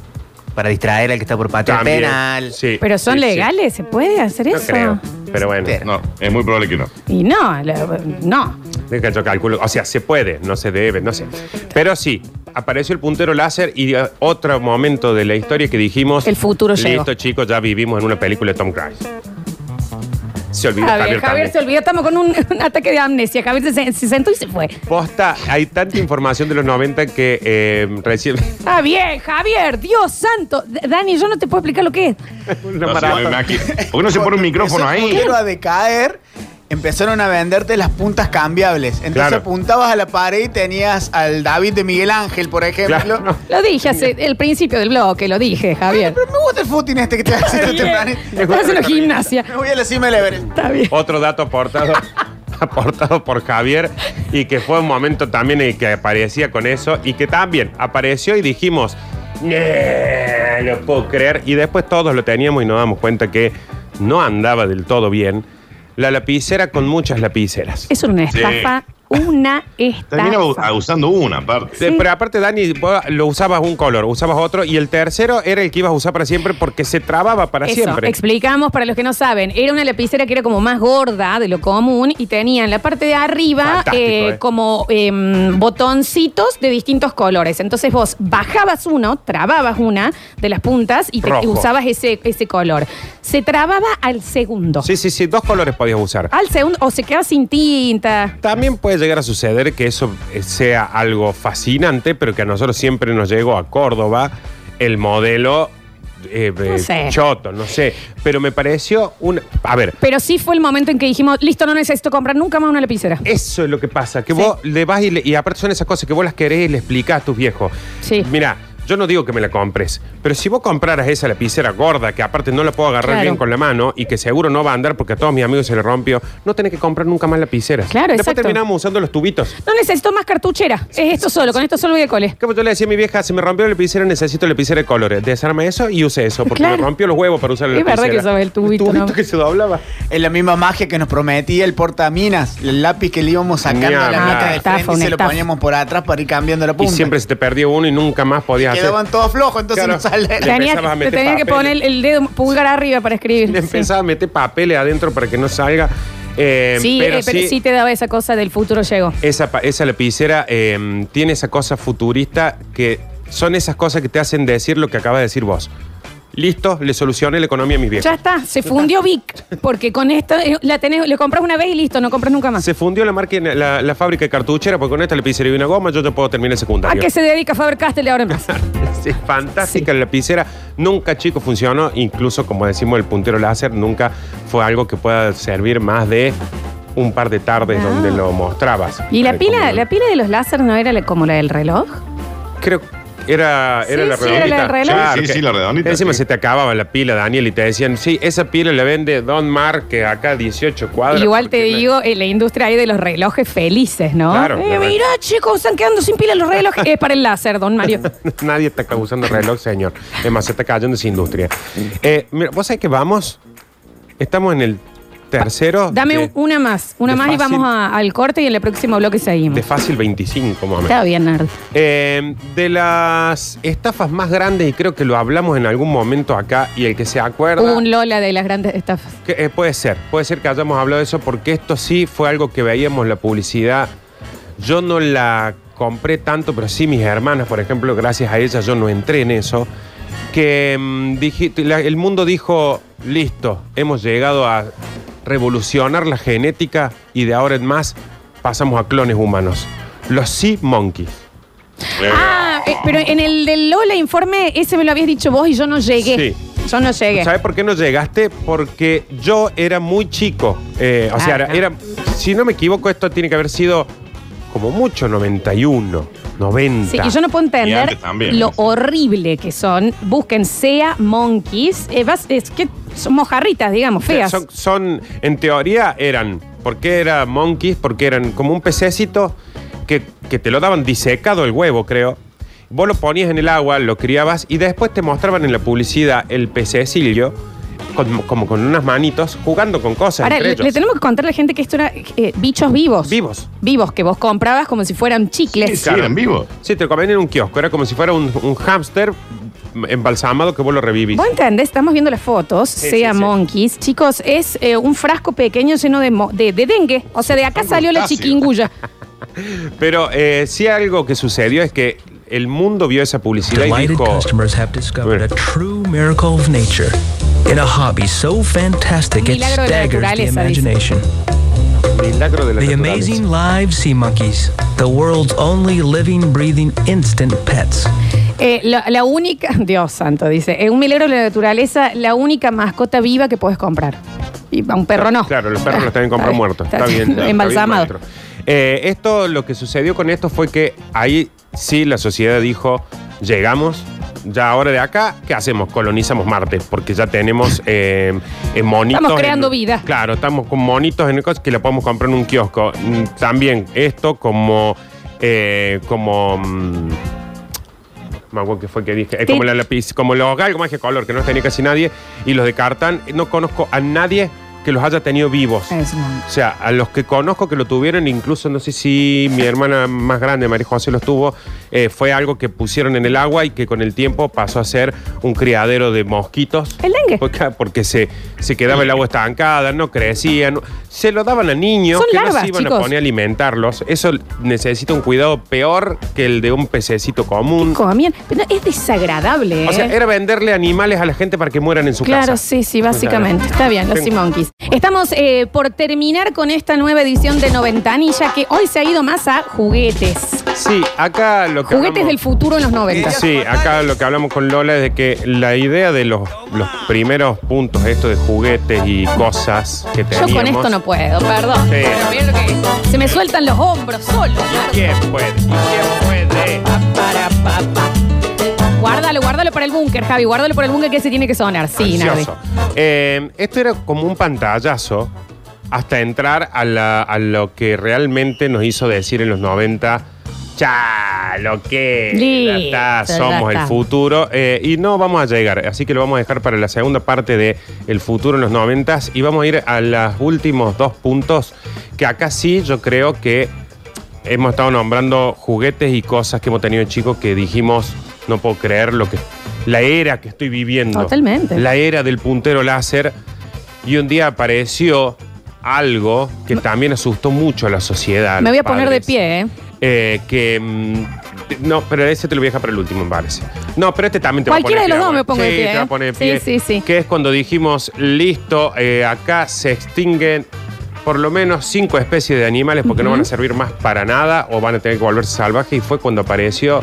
Speaker 7: Para distraer al que está por patear
Speaker 4: También,
Speaker 7: penal.
Speaker 4: sí.
Speaker 1: Pero son legales, ¿se puede hacer eso?
Speaker 4: Pero bueno.
Speaker 5: No, es muy probable que no.
Speaker 1: Y no, la- no.
Speaker 4: Deja, Yo calculo, o sea, se puede, no se debe, no sé. Pero sí, apareció el puntero láser y eh, otro momento de la historia que dijimos.
Speaker 1: El futuro
Speaker 4: Listo,
Speaker 1: llegó".
Speaker 4: chicos, ya vivimos en una película de Tom Cruise. Se olvidó
Speaker 1: Javier,
Speaker 4: Javier,
Speaker 1: Javier,
Speaker 4: también.
Speaker 1: se olvidó, estamos con un, un ataque de amnesia. Javier se, se- se sentó y se fue.
Speaker 4: Posta, hay tanta información de los 90 que eh, recién.
Speaker 1: Ah, bien, Javier, Dios santo. D- Dani, yo no te puedo explicar lo que es.
Speaker 4: una
Speaker 5: No,
Speaker 4: maratón.
Speaker 5: sí, me imagino. ¿Por qué no se pone un micrófono
Speaker 8: Empezó el
Speaker 5: ahí?
Speaker 8: puntero a decaer, empezaron a venderte las puntas cambiables. Entonces
Speaker 5: Claro.
Speaker 8: apuntabas a la pared y tenías al David de Miguel Ángel, por ejemplo.
Speaker 1: Claro, Lo dije hace el principio del bloque, lo dije, Javier.
Speaker 8: Pero me gusta el footing este que te hace tan temprano.
Speaker 1: Estás haciendo gimnasia.
Speaker 8: Me voy a la cima del Everest.
Speaker 1: Está bien.
Speaker 4: Otro dato aportado, aportado por Javier y que fue un momento también en que aparecía con eso y que también apareció y dijimos, "Nee, no puedo creer. Y después todos lo teníamos y nos damos cuenta que no andaba del todo bien. La lapicera con muchas lapiceras.
Speaker 1: Es una
Speaker 4: Sí.
Speaker 1: estafa, una
Speaker 5: Termina
Speaker 1: estafa.
Speaker 5: u- usando una, aparte.
Speaker 4: Sí, Pero aparte, Dani, vos lo usabas un color, usabas otro y el tercero era el que ibas a usar para siempre porque se trababa para
Speaker 1: Eso,
Speaker 4: siempre.
Speaker 1: explicamos para los que no saben. Era una lapicera que era como más gorda de lo común y tenía en la parte de arriba
Speaker 4: Fantástico,
Speaker 1: eh,
Speaker 4: eh.
Speaker 1: como em, botoncitos de distintos colores. Entonces vos bajabas uno, trababas una de las puntas y te-
Speaker 4: Rojo.
Speaker 1: usabas ese, ese color. Se trababa al segundo.
Speaker 4: Sí, sí, sí, dos colores podías usar.
Speaker 1: Al segundo, o se quedaba sin tinta.
Speaker 4: También puede llegar a suceder que eso eh, sea algo fascinante, pero que a nosotros siempre nos llegó a Córdoba el modelo eh, eh,
Speaker 1: sé.
Speaker 4: choto, no sé. Pero me pareció un... A ver,
Speaker 1: Pero sí fue el momento en que dijimos, listo, no necesito comprar nunca más una lapicera.
Speaker 4: eso es lo que pasa, que vos le vas y, le- y aparte son esas cosas que vos las querés y le explicás a tus viejos.
Speaker 1: Sí.
Speaker 4: Mira, yo no digo que me la compres, pero si vos compraras esa lapicera gorda, que aparte no la puedo agarrar
Speaker 1: Claro.
Speaker 4: bien con la mano y que seguro no va a andar porque a todos mis amigos se le rompió, no tenés que comprar nunca más lapiceras.
Speaker 1: Claro,
Speaker 4: Después
Speaker 1: exacto.
Speaker 4: terminamos usando los tubitos.
Speaker 1: No necesito más cartuchera. Es esto solo, con esto solo voy al cole.
Speaker 4: Como yo le decía a mi vieja, se me rompió la lapicera, necesito la lapicera de colores. Desarma eso y use eso, porque
Speaker 1: Claro.
Speaker 4: me rompió los huevos para usar la
Speaker 1: Es verdad
Speaker 4: lapicera.
Speaker 1: que usaba el tubito, ¿no?
Speaker 4: que se doblaba.
Speaker 8: Es la misma magia que nos prometía el portaminas, el lápiz que le íbamos sacando
Speaker 4: Ni
Speaker 8: a la
Speaker 4: hablar.
Speaker 8: nota de
Speaker 1: Ah, Estafa,
Speaker 8: frente y
Speaker 1: una
Speaker 8: se lo
Speaker 1: estafa.
Speaker 8: poníamos por atrás para ir cambiando la
Speaker 4: Y
Speaker 8: punta.
Speaker 4: siempre se te perdió uno y nunca más podías hacer.
Speaker 8: Quedaban todos flojos, entonces
Speaker 4: Claro.
Speaker 8: no sale.
Speaker 4: Le
Speaker 1: Tenías-
Speaker 4: empezabas a
Speaker 1: te
Speaker 4: meter
Speaker 1: tenías que
Speaker 4: papeles.
Speaker 1: poner el dedo pulgar arriba para escribir.
Speaker 4: Le
Speaker 1: Sí.
Speaker 4: empezaba a meter papeles adentro para que no salga. Eh,
Speaker 1: Sí, eh,
Speaker 4: pero, sí,
Speaker 1: te daba esa cosa del futuro llegó.
Speaker 4: Esa, pa- esa lapicera eh, tiene esa cosa futurista que son esas cosas que te hacen decir lo que acabas de decir vos. Listo, le solucioné la economía a mis viejos.
Speaker 1: Ya está, se fundió Vic, porque con esto eh, la tenés, le compras una vez y listo, no compras nunca más.
Speaker 4: Se fundió la, marca, la, la fábrica de cartuchera, porque con esta lapicera y una goma yo ya puedo terminar
Speaker 1: ¿A
Speaker 4: el secundario.
Speaker 1: Ah, qué se dedica Faber Castell de ahora en más?
Speaker 4: Sí, fantástica la lapicera. Nunca, chico, funcionó. Incluso, como decimos, el puntero láser nunca fue algo que pueda servir más de un par de tardes
Speaker 1: No.
Speaker 4: donde lo mostrabas.
Speaker 1: Ah. ¿Y la
Speaker 4: Ay,
Speaker 1: pila,
Speaker 4: como-
Speaker 1: la pila de los láser no era la- como la del reloj?
Speaker 4: Creo que era, era
Speaker 1: Sí,
Speaker 4: la
Speaker 1: sí, era
Speaker 4: redondita.
Speaker 1: la del reloj.
Speaker 4: Claro,
Speaker 5: Sí,
Speaker 4: que-
Speaker 5: sí, la redondita,
Speaker 4: Encima
Speaker 5: sí.
Speaker 4: se te acababa la pila, Daniel, y te decían, sí, esa pila la vende Don Mar, que acá 18 cuadras.
Speaker 1: Igual te
Speaker 4: porque la-
Speaker 1: digo, en la industria hay de los relojes felices, ¿no?
Speaker 4: Claro,
Speaker 1: Eh,
Speaker 4: la verdad.
Speaker 1: mirá, chicos, están quedando sin pila los relojes. es para el láser, don Mario.
Speaker 4: Nadie está usando reloj, señor. Es más, se está cayendo esa industria. Eh, mira, vos sabés que vamos. Estamos en el tercero.
Speaker 1: Dame
Speaker 4: de-
Speaker 1: un- una más, una
Speaker 4: de
Speaker 1: más y
Speaker 4: fácil.
Speaker 1: vamos a- al corte y en el próximo bloque seguimos.
Speaker 4: De fácil 25, más o menos.
Speaker 1: Está bien, Nerd.
Speaker 4: Eh, de las estafas más grandes, y creo que lo hablamos en algún momento acá, y el que se acuerda.
Speaker 1: Hubo un Lola de las grandes estafas.
Speaker 4: que, eh, puede ser, puede ser que hayamos hablado de eso, porque esto sí fue algo que veíamos la publicidad. Yo no la compré tanto, pero sí mis hermanas, por ejemplo, gracias a ellas yo no entré en eso. Que mm, dije- la- el mundo dijo, listo, hemos llegado a revolucionar la genética y de ahora en más pasamos a clones humanos. Los Sea Monkeys.
Speaker 1: Ah, eh, pero en el del Lola informe, ese me lo habías dicho vos y yo no llegué. Yo no llegué.
Speaker 4: ¿Sabes por qué no llegaste? Porque yo era muy chico. Eh, o
Speaker 1: Ah,
Speaker 4: sea, era,
Speaker 1: no.
Speaker 4: era- si no me equivoco, esto tiene que haber sido como mucho 91, 90.
Speaker 1: Sí, y yo no puedo entender lo horrible que son. Busquen SEA Monkeys. Eh, vas- es que son mojarritas, digamos,
Speaker 4: O sea,
Speaker 1: feas.
Speaker 4: Son, son- en teoría eran, ¿por qué era monkeys? Porque eran como un pececito que, que te lo daban disecado el huevo, creo. Vos lo ponías en el agua, lo criabas y después te mostraban en la publicidad el pececillo, con- como con unas manitos, jugando con cosas.
Speaker 1: Ahora,
Speaker 4: entre
Speaker 1: le,
Speaker 4: ellos.
Speaker 1: le tenemos que contar a la gente que esto era eh, bichos vivos.
Speaker 4: Vivos.
Speaker 1: Vivos, que vos comprabas como si fueran chicles.
Speaker 4: Claro. Sí, te lo comían en un kiosco, era como si fuera un, un hámster embalsamado que vos lo revivís.
Speaker 1: ¿Vos entendés? Estamos viendo las fotos, sea Monkeys. Chicos, es eh, un frasco pequeño lleno de, mo- de, de dengue. O sea, de acá salió la
Speaker 4: crustáceos.
Speaker 1: chiquingulla.
Speaker 4: Pero eh, sí algo que sucedió es que el mundo vio esa publicidad y
Speaker 12: Delighted
Speaker 4: dijo...
Speaker 12: customers have discovered a true miracle of nature in a hobby so fantastic it
Speaker 1: Milagro de la naturaleza,
Speaker 12: staggers the imagination. The amazing live sea monkeys, the world's only living, breathing, instant pets.
Speaker 1: Eh, la, la única, Dios santo, dice, es un milagro de la naturaleza, la única mascota viva que puedes comprar. Y a un perro no.
Speaker 4: Claro, los perros los tienen que comprar
Speaker 1: Está bien,
Speaker 4: muertos.
Speaker 1: está
Speaker 4: Está bien.
Speaker 1: bien.
Speaker 4: está bien,
Speaker 1: Embalsamado.
Speaker 4: maestro. Eh, esto, lo que sucedió con esto fue que ahí sí la sociedad dijo, llegamos, ya ahora de acá, ¿qué hacemos? Colonizamos Marte, porque ya tenemos eh, eh, monitos.
Speaker 1: Estamos creando
Speaker 4: en-
Speaker 1: vida.
Speaker 4: Claro, estamos con monitos en el coche que lo podemos comprar en un kiosco. Mm, También esto como... eh, como... mm, me acuerdo que fue que dije. eh, como la lápiz, como los galgos más que color, que no los tenía casi nadie. Y los de cartán, no conozco a nadie que los haya tenido vivos.
Speaker 1: Eh,
Speaker 4: O sea, a los que conozco que lo tuvieron, incluso no sé si mi hermana más grande, María José, los tuvo, eh, fue algo que pusieron en el agua y que con el tiempo pasó a ser un criadero de mosquitos.
Speaker 1: El dengue.
Speaker 4: Porque, ah, porque se, se quedaba el agua estancada, no crecían. Se lo daban a niños
Speaker 1: Son
Speaker 4: que no
Speaker 1: larvas,
Speaker 4: se iban
Speaker 1: chicos.
Speaker 4: a poner a alimentarlos. Eso necesita un cuidado peor que el de un pececito común.
Speaker 1: Comían. Pero es desagradable.
Speaker 4: O sea,
Speaker 1: ¿eh?
Speaker 4: era venderle animales a la gente para que mueran en su
Speaker 1: Claro,
Speaker 4: casa.
Speaker 1: sí, sí, básicamente.
Speaker 4: O sea,
Speaker 1: Está bien, los
Speaker 4: tengo-
Speaker 1: Sea Monkeys. Estamos eh, por terminar con esta nueva edición de Noventanilla que hoy se ha ido más a juguetes.
Speaker 4: Sí, acá lo que
Speaker 1: Juguetes
Speaker 4: hablamos-
Speaker 1: del futuro en los 90.
Speaker 4: Sí, acá lo que hablamos con Lola es de que la idea de los, los primeros puntos, esto de juguetes y cosas que
Speaker 1: Yo
Speaker 4: teníamos.
Speaker 1: con esto no puedo, perdón.
Speaker 4: Sí.
Speaker 1: Pero miren lo que es. Se me sueltan los hombros solo.
Speaker 4: ¿Quién puede? ¿Quién puede?
Speaker 1: Guárdalo, guárdalo para el búnker, Javi. Guárdalo para el búnker que se tiene que sonar. Sí, Nardi.
Speaker 4: Ansioso. Eh, esto era como un pantallazo hasta entrar a, la- a lo que realmente nos hizo decir en los 90. Ya, lo que
Speaker 1: Listo,
Speaker 4: ya está,
Speaker 1: ya
Speaker 4: somos
Speaker 1: está.
Speaker 4: el futuro eh, y no vamos a llegar, así que lo vamos a dejar para la segunda parte de El futuro en los 90 y vamos a ir a los últimos dos puntos que acá sí yo creo que hemos estado nombrando juguetes y cosas que hemos tenido de chicos que dijimos, no puedo creer lo que la era que estoy viviendo.
Speaker 1: Totalmente.
Speaker 4: La era del puntero láser y un día apareció algo que también asustó mucho a la sociedad.
Speaker 1: Me
Speaker 4: los
Speaker 1: voy a poner de
Speaker 4: padres.
Speaker 1: pie, ¿eh?
Speaker 4: Eh, que mm, no, pero ese te lo voy a dejar para el último, me parece. No, pero este también te va a
Speaker 1: Cualquiera de
Speaker 4: poner
Speaker 1: los
Speaker 4: pie
Speaker 1: dos
Speaker 4: ahora.
Speaker 1: me pongo de
Speaker 4: Sí,
Speaker 1: pie,
Speaker 4: te va a
Speaker 1: ¿eh?
Speaker 4: poner
Speaker 1: Sí,
Speaker 4: pie.
Speaker 1: sí, sí.
Speaker 4: Que es cuando dijimos, listo, eh, acá se extinguen por lo menos cinco especies de animales porque no van a servir más para nada o van a tener que volverse salvajes. Y fue cuando apareció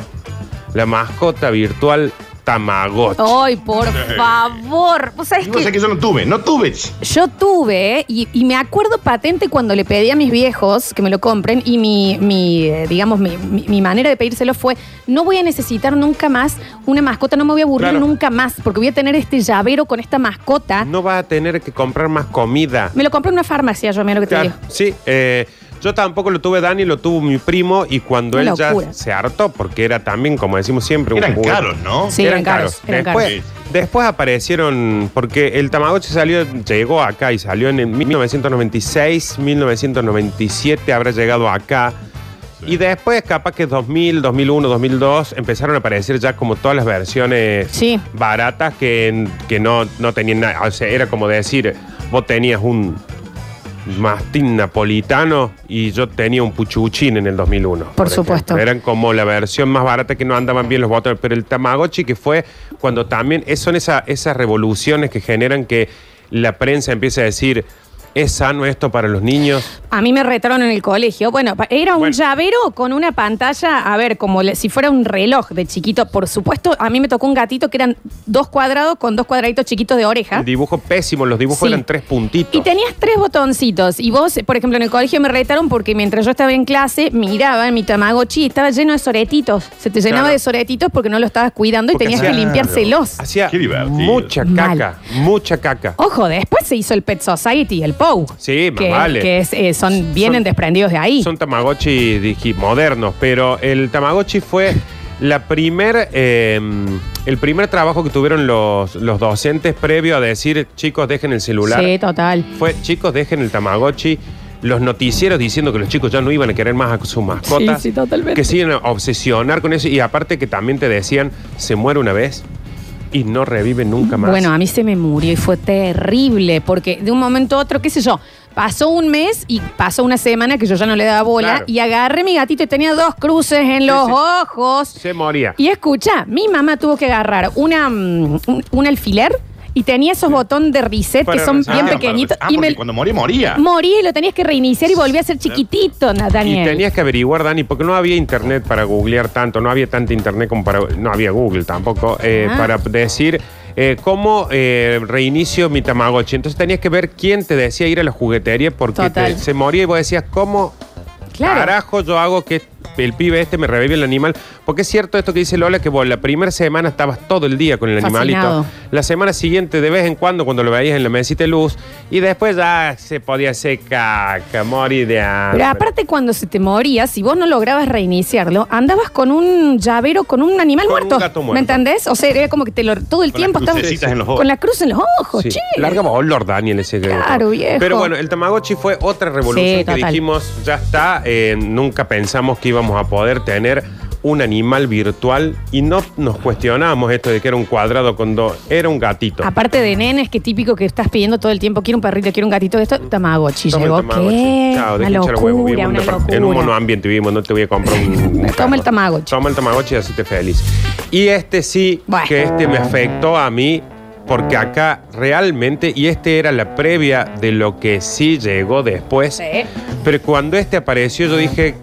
Speaker 4: la mascota virtual Tamagotchi.
Speaker 1: Ay, por favor. ¿Vos sabés
Speaker 5: Yo sé que
Speaker 1: que
Speaker 5: yo no tuve, no tuve.
Speaker 1: yo tuve, ¿eh? y, y me acuerdo patente cuando le pedí a mis viejos que me lo compren, y mi, mi, eh, digamos, mi, mi- mi manera de pedírselo fue, no voy a necesitar nunca más una mascota, no me voy a aburrir
Speaker 4: Claro.
Speaker 1: nunca más, porque voy a tener este llavero con esta mascota.
Speaker 4: No va a tener que comprar más comida.
Speaker 1: Me lo compré en una farmacia, yo, mira lo que te
Speaker 4: Claro,
Speaker 1: digo.
Speaker 4: sí, eh, yo tampoco lo tuve Dani, lo tuvo mi primo y cuando
Speaker 1: Una
Speaker 4: él
Speaker 1: locura.
Speaker 4: ya se hartó, porque era también, como decimos siempre,
Speaker 5: Eran
Speaker 4: juguete.
Speaker 5: caros, ¿no?
Speaker 1: Sí, eran caros, eran
Speaker 4: después,
Speaker 1: caros.
Speaker 4: después aparecieron, porque el Tamagotchi salió, llegó acá y salió en el 1996, 1997 habrá llegado acá. Y después, capaz que 2000, 2001, 2002, empezaron a aparecer ya como todas las versiones baratas que, que no, no tenían nada. O sea, era como decir, vos tenías un mastín napolitano y yo tenía un puchuchín en el 2001. Por, supuesto. Eran como la versión más barata que no andaban bien los botones, pero el Tamagotchi que fue cuando también es- son esa- esas revoluciones que generan que la prensa empieza a decir, ¿es sano esto para los niños?
Speaker 1: A mí me retaron en el colegio. Bueno, pa- era un llavero con una pantalla, a ver, como le- si fuera un reloj de chiquito. Por supuesto, a mí me tocó un gatito que eran dos cuadrados con dos cuadraditos chiquitos de oreja.
Speaker 4: El dibujo pésimo, los dibujos
Speaker 1: Sí.
Speaker 4: eran tres puntitos.
Speaker 1: Y tenías tres botoncitos. Y vos, por ejemplo, en el colegio me retaron porque mientras yo estaba en clase, miraba en mi tamagotchi y estaba lleno de soretitos. Se te llenaba
Speaker 4: Claro.
Speaker 1: de soretitos porque no lo estabas cuidando y
Speaker 4: Porque
Speaker 1: tenías que
Speaker 4: hacía-
Speaker 1: limpiárselos.
Speaker 4: Hacía mucha caca, mucha caca.
Speaker 1: Ojo, después se hizo el Pet Society y el POU.
Speaker 4: Sí, más
Speaker 1: que,
Speaker 4: vale.
Speaker 1: que es, eh, son, vienen
Speaker 4: Son-
Speaker 1: desprendidos de ahí.
Speaker 4: Son Tamagotchi dije, modernos, pero el Tamagotchi fue la primer, eh, el primer trabajo que tuvieron los, los docentes previo a decir, chicos, dejen el celular.
Speaker 1: Sí, total.
Speaker 4: Fue, chicos, dejen el Tamagotchi. Los noticieros diciendo que los chicos ya no iban a querer más a sus mascotas.
Speaker 1: Sí, sí, totalmente.
Speaker 4: Que se iban a obsesionar con eso. Y aparte que también te decían, se muere una vez y no revive nunca más.
Speaker 1: Bueno, a mí se me murió y fue terrible porque de un momento a otro, qué sé yo, pasó un mes y pasó una semana que yo ya no le daba bola
Speaker 4: Claro.
Speaker 1: y agarré mi gatito y tenía dos cruces en los ojos.
Speaker 4: se moría.
Speaker 1: Y escucha, mi mamá tuvo que agarrar una, mm, un, un alfiler y tenía esos botones de reset
Speaker 5: Para
Speaker 1: que son
Speaker 5: rezar.
Speaker 1: bien
Speaker 5: Ah, para
Speaker 1: pequeñitos.
Speaker 5: rezar. Ah,
Speaker 1: y
Speaker 5: porque cuando moría, moría.
Speaker 1: Moría y lo tenías que reiniciar y volvía a ser chiquitito, na-
Speaker 4: Y
Speaker 1: Daniel.
Speaker 4: tenías que averiguar, Dani, porque no había internet para googlear tanto, no había tanto internet como para. No había Google tampoco, eh,
Speaker 1: Ah.
Speaker 4: para decir eh, cómo eh, reinicio mi Tamagotchi. Entonces tenías que ver quién te decía ir a la juguetería porque
Speaker 1: Total.
Speaker 4: te- se moría y vos decías, ¿cómo
Speaker 1: Claro.
Speaker 4: carajo yo hago que el pibe este me revive el animal? Porque es cierto esto que dice Lola, que vos la primera semana estabas todo el día con el animalito.
Speaker 1: Fascinado.
Speaker 4: La semana siguiente, de vez en cuando, cuando lo veías en la mesita de luz, y después ya se podía hacer caca, morir de hambre.
Speaker 1: Pero aparte cuando se te moría, si vos no lograbas reiniciarlo, andabas con un llavero, con un animal
Speaker 4: Con un
Speaker 1: muerto,
Speaker 4: gato muerto.
Speaker 1: ¿Me entendés? O sea, era como que te lo, todo el
Speaker 4: Con
Speaker 1: tiempo
Speaker 4: las
Speaker 1: estabas
Speaker 4: crucecitas en los ojos.
Speaker 1: con la cruz en los ojos,
Speaker 4: Sí.
Speaker 1: che.
Speaker 4: Larga olor, Daniel, ese que-
Speaker 1: Claro, viejo.
Speaker 4: Pero bueno, el Tamagotchi fue otra revolución
Speaker 1: Sí,
Speaker 4: que
Speaker 1: total.
Speaker 4: dijimos, ya está, eh, nunca pensamos que íbamos a poder tener un animal virtual y no nos cuestionábamos esto de que era un cuadrado cuando era un gatito.
Speaker 1: Aparte de nenes, que típico que estás pidiendo todo el tiempo, quiero un perrito, quiero un gatito, esto, Tamagotchi
Speaker 4: Toma el
Speaker 1: llegó,
Speaker 4: Tamagotchi.
Speaker 1: ¿qué? una
Speaker 4: Chao, deja echar
Speaker 1: locura,
Speaker 4: huevo, vivo en
Speaker 1: una
Speaker 4: un depart-
Speaker 1: locura.
Speaker 4: En un monoambiente vivimos, no te voy a comprar un...
Speaker 1: Toma el Tamagotchi.
Speaker 4: Toma el Tamagotchi y así te feliz. Y este sí, que este me afectó a mí, porque acá realmente, y este era la previa de lo que sí llegó después, pero cuando este apareció yo dije,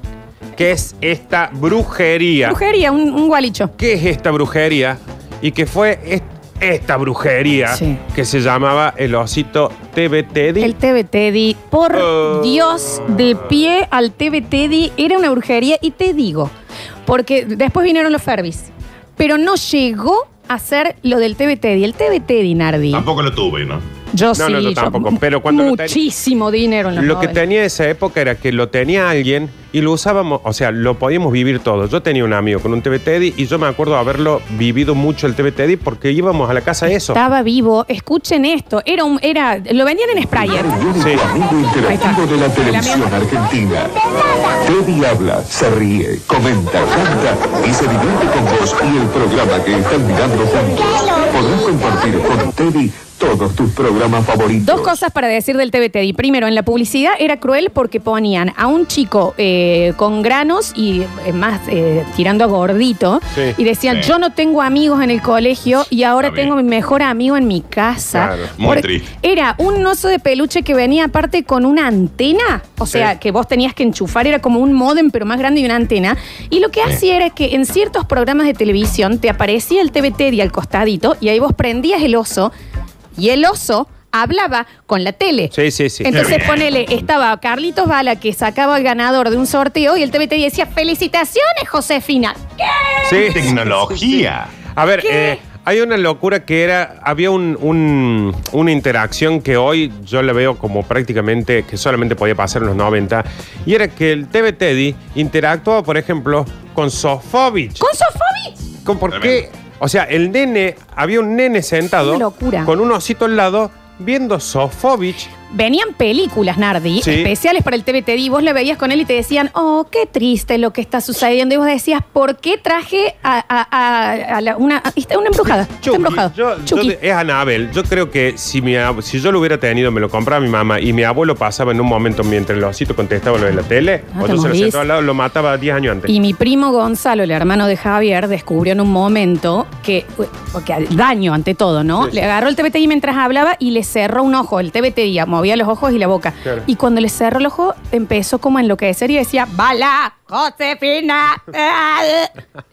Speaker 4: ¿qué es esta brujería?
Speaker 1: Brujería, un, un gualicho.
Speaker 4: ¿Qué es esta brujería? Y que fue est- esta brujería
Speaker 1: Sí.
Speaker 4: que se llamaba el osito TBT.
Speaker 1: El TV Teddy, por
Speaker 4: Oh.
Speaker 1: Dios, de pie al TV Teddy, era una brujería y te digo, porque después vinieron los Fervis, pero no llegó a ser lo del TV Teddy. El TV Teddy, Nardi.
Speaker 5: Tampoco lo tuve, ¿no?
Speaker 1: Yo
Speaker 4: no,
Speaker 1: sí,
Speaker 4: no, yo
Speaker 1: yo-
Speaker 4: tampoco. Pero cuando lo tenía-
Speaker 1: muchísimo dinero en los
Speaker 4: Lo que
Speaker 1: 90.
Speaker 4: tenía esa época era que lo tenía alguien y lo usábamos, o sea, lo podíamos vivir todos. Yo tenía un amigo con un TV Teddy y yo me acuerdo haberlo vivido mucho el TV Teddy porque íbamos a la casa de eso.
Speaker 1: Estaba vivo. Escuchen esto. Era un, era, lo vendían en sprayer.
Speaker 4: Sí.
Speaker 1: Ahí está.
Speaker 13: de la televisión
Speaker 1: mierda.
Speaker 13: argentina. Teddy habla, se ríe, comenta, canta y se divierte con vos y el programa que están mirando juntos. Podrás compartir con Teddy todos tus programas favoritos.
Speaker 1: Dos cosas para decir del TV Teddy. Primero, en la publicidad era cruel porque ponían a un chico eh, con granos y eh, más eh, tirando a gordito
Speaker 14: Sí.
Speaker 1: y decían,
Speaker 14: Sí.
Speaker 1: yo no tengo amigos en el colegio y ahora tengo mi mejor amigo en mi casa.
Speaker 14: Claro, muy
Speaker 1: Porque
Speaker 14: triste.
Speaker 1: Era un oso de peluche que venía aparte con una antena, o
Speaker 14: Sí.
Speaker 1: sea, que vos tenías que enchufar, era como un modem pero más grande y una antena. Y lo que hacía era que en ciertos programas de televisión te aparecía el TV Teddy al costadito y ahí vos prendías el oso y el oso hablaba con la tele.
Speaker 4: Sí, sí, sí.
Speaker 1: Entonces ponele, estaba Carlitos Bala que sacaba al ganador de un sorteo y el TVT decía, felicitaciones Josefina.
Speaker 4: Sí.
Speaker 5: Tecnología.
Speaker 4: A ver, eh, hay una locura que era, había un- un- una interacción que hoy yo la veo como prácticamente que solamente podía pasar en los 90, y era que el TV Teddy interactuaba, por ejemplo, con Sofovich.
Speaker 1: ¿Con Sofovich?
Speaker 4: ¿Con por qué? O sea, el nene, había un nene sentado
Speaker 1: Una locura.
Speaker 4: con un osito al lado viendo Sofovich.
Speaker 1: Venían películas, Nardi,
Speaker 4: Sí.
Speaker 1: especiales para el TVT y vos le veías con él y te decían, oh, qué triste lo que está sucediendo. Y vos decías, ¿por qué traje a, a- a- a la- una, a- está una embrujada? Está embrujado.
Speaker 4: Yo de- es Anabel. Yo creo que si, mi ab- si yo lo hubiera tenido, me lo compraba mi mamá y mi abuelo pasaba en un momento mientras el osito contestaba lo de la tele,
Speaker 1: No
Speaker 4: o
Speaker 1: te
Speaker 4: yo se lo
Speaker 1: morís.
Speaker 4: sentaba al lado, lo mataba 10 años antes.
Speaker 1: Ah, Y mi primo Gonzalo, el hermano de Javier, descubrió en un momento que, porque al daño ante todo, ¿no?
Speaker 4: Sí, sí.
Speaker 1: Le agarró el TBTI mientras hablaba y le cerró un ojo, el TBTI, digamos, movía los ojos y la boca.
Speaker 4: Claro.
Speaker 1: Y cuando le cerró el ojo, empezó como a enloquecer y decía, ¡Bala! ¡Josefina! ah".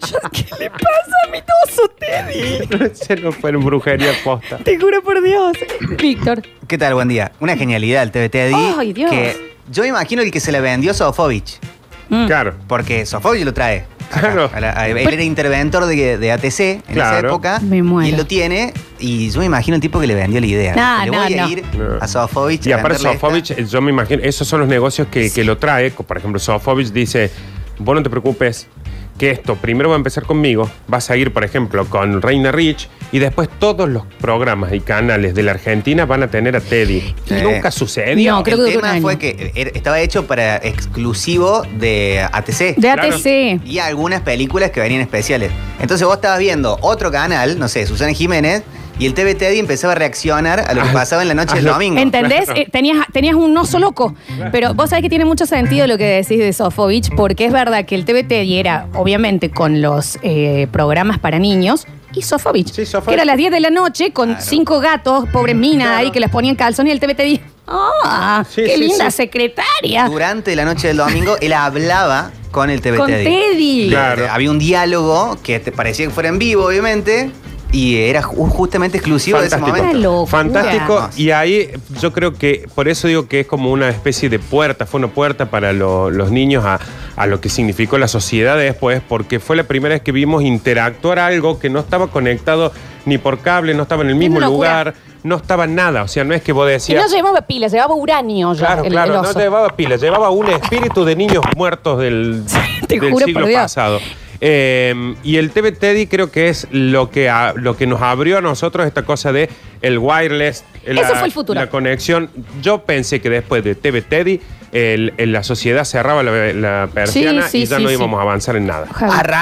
Speaker 1: Yo, ¿Qué le pasa a mi toso, Teddy?
Speaker 4: Se nos fue en brujería posta.
Speaker 1: Te juro por Dios. Víctor.
Speaker 7: ¿Qué tal? Buen día. Una genialidad el TVT Teddy.
Speaker 1: Ay, Dios.
Speaker 7: Que yo imagino el que se la vendió Sofovich.
Speaker 4: Claro.
Speaker 7: Porque Sofovich lo trae. acá, a la- a- él era interventor de, de ATC en esa
Speaker 4: Claro.
Speaker 7: época.
Speaker 1: Me muero.
Speaker 7: Y él lo tiene. Y yo me imagino el tipo que le vendió la idea.
Speaker 1: No,
Speaker 7: le
Speaker 1: no,
Speaker 7: voy
Speaker 1: no.
Speaker 7: a ir a Sofovich.
Speaker 4: Y
Speaker 7: a
Speaker 4: aparte
Speaker 7: venderle esta.
Speaker 4: Sofovich, yo me imagino, esos son los negocios que, que lo trae. Por ejemplo, Sofovich dice, vos no te preocupes, que esto primero va a empezar conmigo, va a seguir, por ejemplo, con Reina Rich, y después todos los programas y canales de la Argentina van a tener a Teddy. Y
Speaker 7: Sí.
Speaker 4: nunca sucedió.
Speaker 7: el tema fue que era- estaba hecho para exclusivo de
Speaker 1: De
Speaker 7: ATC.
Speaker 1: Claro. ATC.
Speaker 7: Y algunas películas que venían especiales. Entonces vos estabas viendo otro canal, no sé, Susana Jiménez, y el TV Teddy empezaba a reaccionar a lo que pasaba en la noche del domingo.
Speaker 1: ¿Entendés? Eh, tenías, tenías un oso loco. Pero vos sabés que tiene mucho sentido lo que decís de Sofovich, porque es verdad que el TVT diera, obviamente, con los eh, programas para niños. Y Sofovich, que era a las 10 de la noche con cinco gatos, pobres minas ahí, que las ponían calzón y el TVT dijo, ¡ah! ¡Qué
Speaker 7: sí,
Speaker 1: linda
Speaker 7: sí.
Speaker 1: secretaria!
Speaker 7: Durante la noche del domingo, él hablaba con el TV
Speaker 1: Con
Speaker 7: Teddy.
Speaker 1: Teddy.
Speaker 7: Le-
Speaker 1: Claro.
Speaker 7: le- Había un diálogo que te parecía que fuera en vivo, obviamente, y era ju- justamente exclusivo de ese momento.
Speaker 4: Fantástico. Y ahí yo creo que, por eso digo que es como una especie de puerta, fue una puerta para lo- los niños a, a lo que significó la sociedad después, porque fue la primera vez que vimos interactuar algo que no estaba conectado ni por cable, no estaba en el mismo
Speaker 1: una locura.
Speaker 4: lugar, no estaba nada. O sea, no es que vos
Speaker 1: Y
Speaker 4: decías.
Speaker 1: no llevaba pilas, llevaba uranio ya,
Speaker 4: Claro,
Speaker 1: el,
Speaker 4: claro,
Speaker 1: el
Speaker 4: no
Speaker 1: oso.
Speaker 4: llevaba pilas, llevaba un espíritu de niños muertos del,
Speaker 1: te
Speaker 4: del
Speaker 1: juro
Speaker 4: siglo
Speaker 1: por Dios.
Speaker 4: pasado. Eh, y el TV Teddy creo que es lo que, a- lo que nos abrió a nosotros esta cosa de el wireless,
Speaker 1: Eso fue el futuro.
Speaker 4: la conexión. Yo pensé que después de TV Teddy el- el- la sociedad cerraba la, la persiana
Speaker 8: Sí, sí,
Speaker 4: y ya
Speaker 8: sí,
Speaker 4: no
Speaker 8: sí.
Speaker 4: íbamos a avanzar en nada.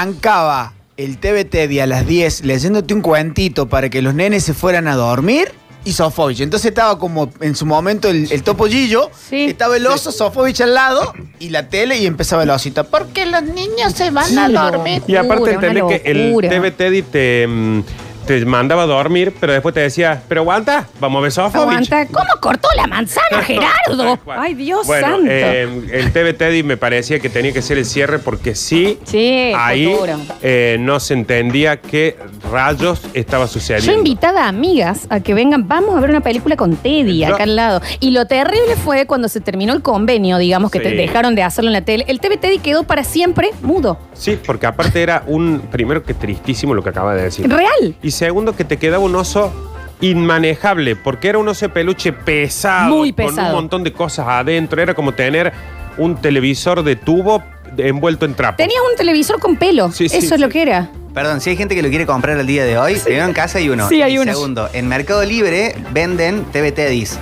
Speaker 8: Arrancaba el TVT de a las 10 leyéndote un cuentito para que los nenes se fueran a dormir y Sofovich. Entonces estaba como en su momento el, el topollillo, estaba el oso, Sofovich al lado y la tele y empezaba el osito. ¿Por qué los niños se van a dormir?
Speaker 4: Y aparte entender que el TV Teddy te, mm, te mandaba a dormir, pero después te decía, pero aguanta, vamos a ver Sofovich.
Speaker 1: Aguanta, ¿cómo cortó la manzana, Gerardo? Ay, Dios
Speaker 4: Bueno,
Speaker 1: santo.
Speaker 4: eh, el TV Teddy me parecía que tenía que ser el cierre porque sí,
Speaker 1: Sí,
Speaker 4: ahí
Speaker 1: futuro.
Speaker 4: eh, no se entendía qué rayos estaba
Speaker 1: Yo
Speaker 4: sucediendo.
Speaker 1: invitaba a amigas a que vengan, vamos a ver una película con Teddy acá al lado. Y lo terrible fue cuando se terminó el convenio, digamos, que te
Speaker 4: Sí.
Speaker 1: dejaron de hacerlo en la tele. El TV Teddy quedó para siempre mudo.
Speaker 4: Sí, porque aparte era un, primero que tristísimo lo que acaba de decir.
Speaker 1: Real.
Speaker 4: Y segundo que te quedaba un oso inmanejable, porque era un oso de peluche pesado.
Speaker 1: Muy
Speaker 4: Con
Speaker 1: pesado.
Speaker 4: un montón de cosas adentro. Era como tener un televisor de tubo envuelto en trapo.
Speaker 1: Tenías un televisor con pelo.
Speaker 4: sí,
Speaker 1: Eso es lo que era.
Speaker 7: Perdón, si hay gente que lo quiere comprar al día de hoy, primero en casa hay uno.
Speaker 1: Sí, hay
Speaker 7: Y
Speaker 1: uno.
Speaker 7: Segundo, en Mercado Libre venden TV Teddy's.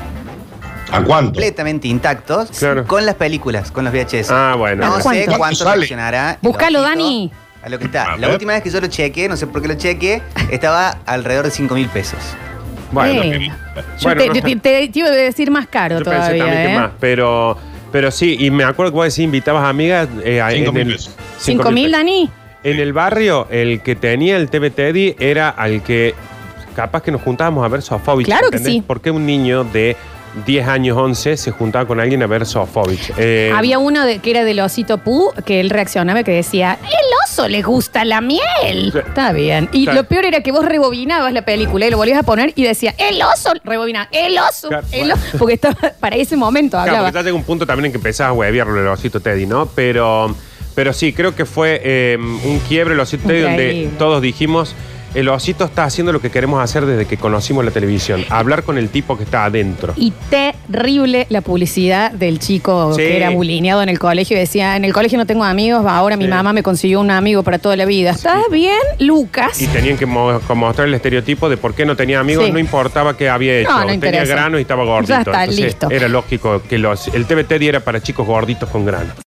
Speaker 5: ¿A cuánto?
Speaker 7: Completamente intactos con las películas, con los VHS.
Speaker 4: Ah, bueno.
Speaker 7: No
Speaker 1: ¿A
Speaker 7: sé
Speaker 1: cuánto?
Speaker 7: cuánto
Speaker 1: Sale.
Speaker 7: reaccionará.
Speaker 1: Búscalo, Dani.
Speaker 7: A lo que está. La
Speaker 1: ver.
Speaker 7: última vez que yo lo chequeé, no sé por qué lo chequeé, estaba alrededor de 5 mil pesos.
Speaker 1: Eh, yo te, yo te- te- te iba a decir más caro
Speaker 4: Yo pensé
Speaker 1: todavía.
Speaker 4: también
Speaker 1: ¿eh?
Speaker 4: que más, pero, pero sí, y me acuerdo que vos decís, invitabas amigas eh, a-
Speaker 5: Cinco
Speaker 4: en
Speaker 5: mil
Speaker 4: el,
Speaker 5: pesos.
Speaker 1: ¿Cinco mil,
Speaker 4: pesos.
Speaker 1: Dani?
Speaker 4: En el barrio, el que tenía el TV Teddy era al que capaz que nos juntábamos a ver Sofovich.
Speaker 1: Claro que sí.
Speaker 4: Porque un niño de 10 años, 11, se juntaba con alguien a ver Sofovich. Eh,
Speaker 1: Había uno de- que era del osito Pú, que él reaccionaba que decía, el oso le gusta la miel.
Speaker 4: Sí.
Speaker 1: Está bien. Y
Speaker 4: Claro.
Speaker 1: lo peor era que vos rebobinabas la película y lo volvías a poner y decía, el oso, rebobina, el oso,
Speaker 4: Claro,
Speaker 1: el oso. Porque estaba para ese momento
Speaker 4: Claro,
Speaker 1: hablaba.
Speaker 4: porque ya llega un punto también en que empezás a huevearlo el osito Teddy, ¿no? Pero, pero sí, creo que fue eh, un quiebre el osito Teddy donde
Speaker 1: Increíble.
Speaker 4: todos dijimos, el osito está haciendo lo que queremos hacer desde que conocimos la televisión, hablar con el tipo que está adentro.
Speaker 1: Y terrible la publicidad del chico
Speaker 4: Sí.
Speaker 1: que era bulineado en el colegio y decía, en el colegio no tengo amigos, va, ahora mi
Speaker 4: Sí.
Speaker 1: mamá me consiguió un amigo para toda la vida. ¿Está bien, Lucas?
Speaker 4: Y tenían que mo- como mostrar el estereotipo de por qué no tenía amigos,
Speaker 1: Sí.
Speaker 4: no importaba qué había hecho.
Speaker 1: No, no
Speaker 4: tenía
Speaker 1: interesa.
Speaker 4: grano y estaba gordito.
Speaker 1: Ya está,
Speaker 4: Entonces,
Speaker 1: listo.
Speaker 4: Era lógico que los, el TVT era para chicos gorditos con grano.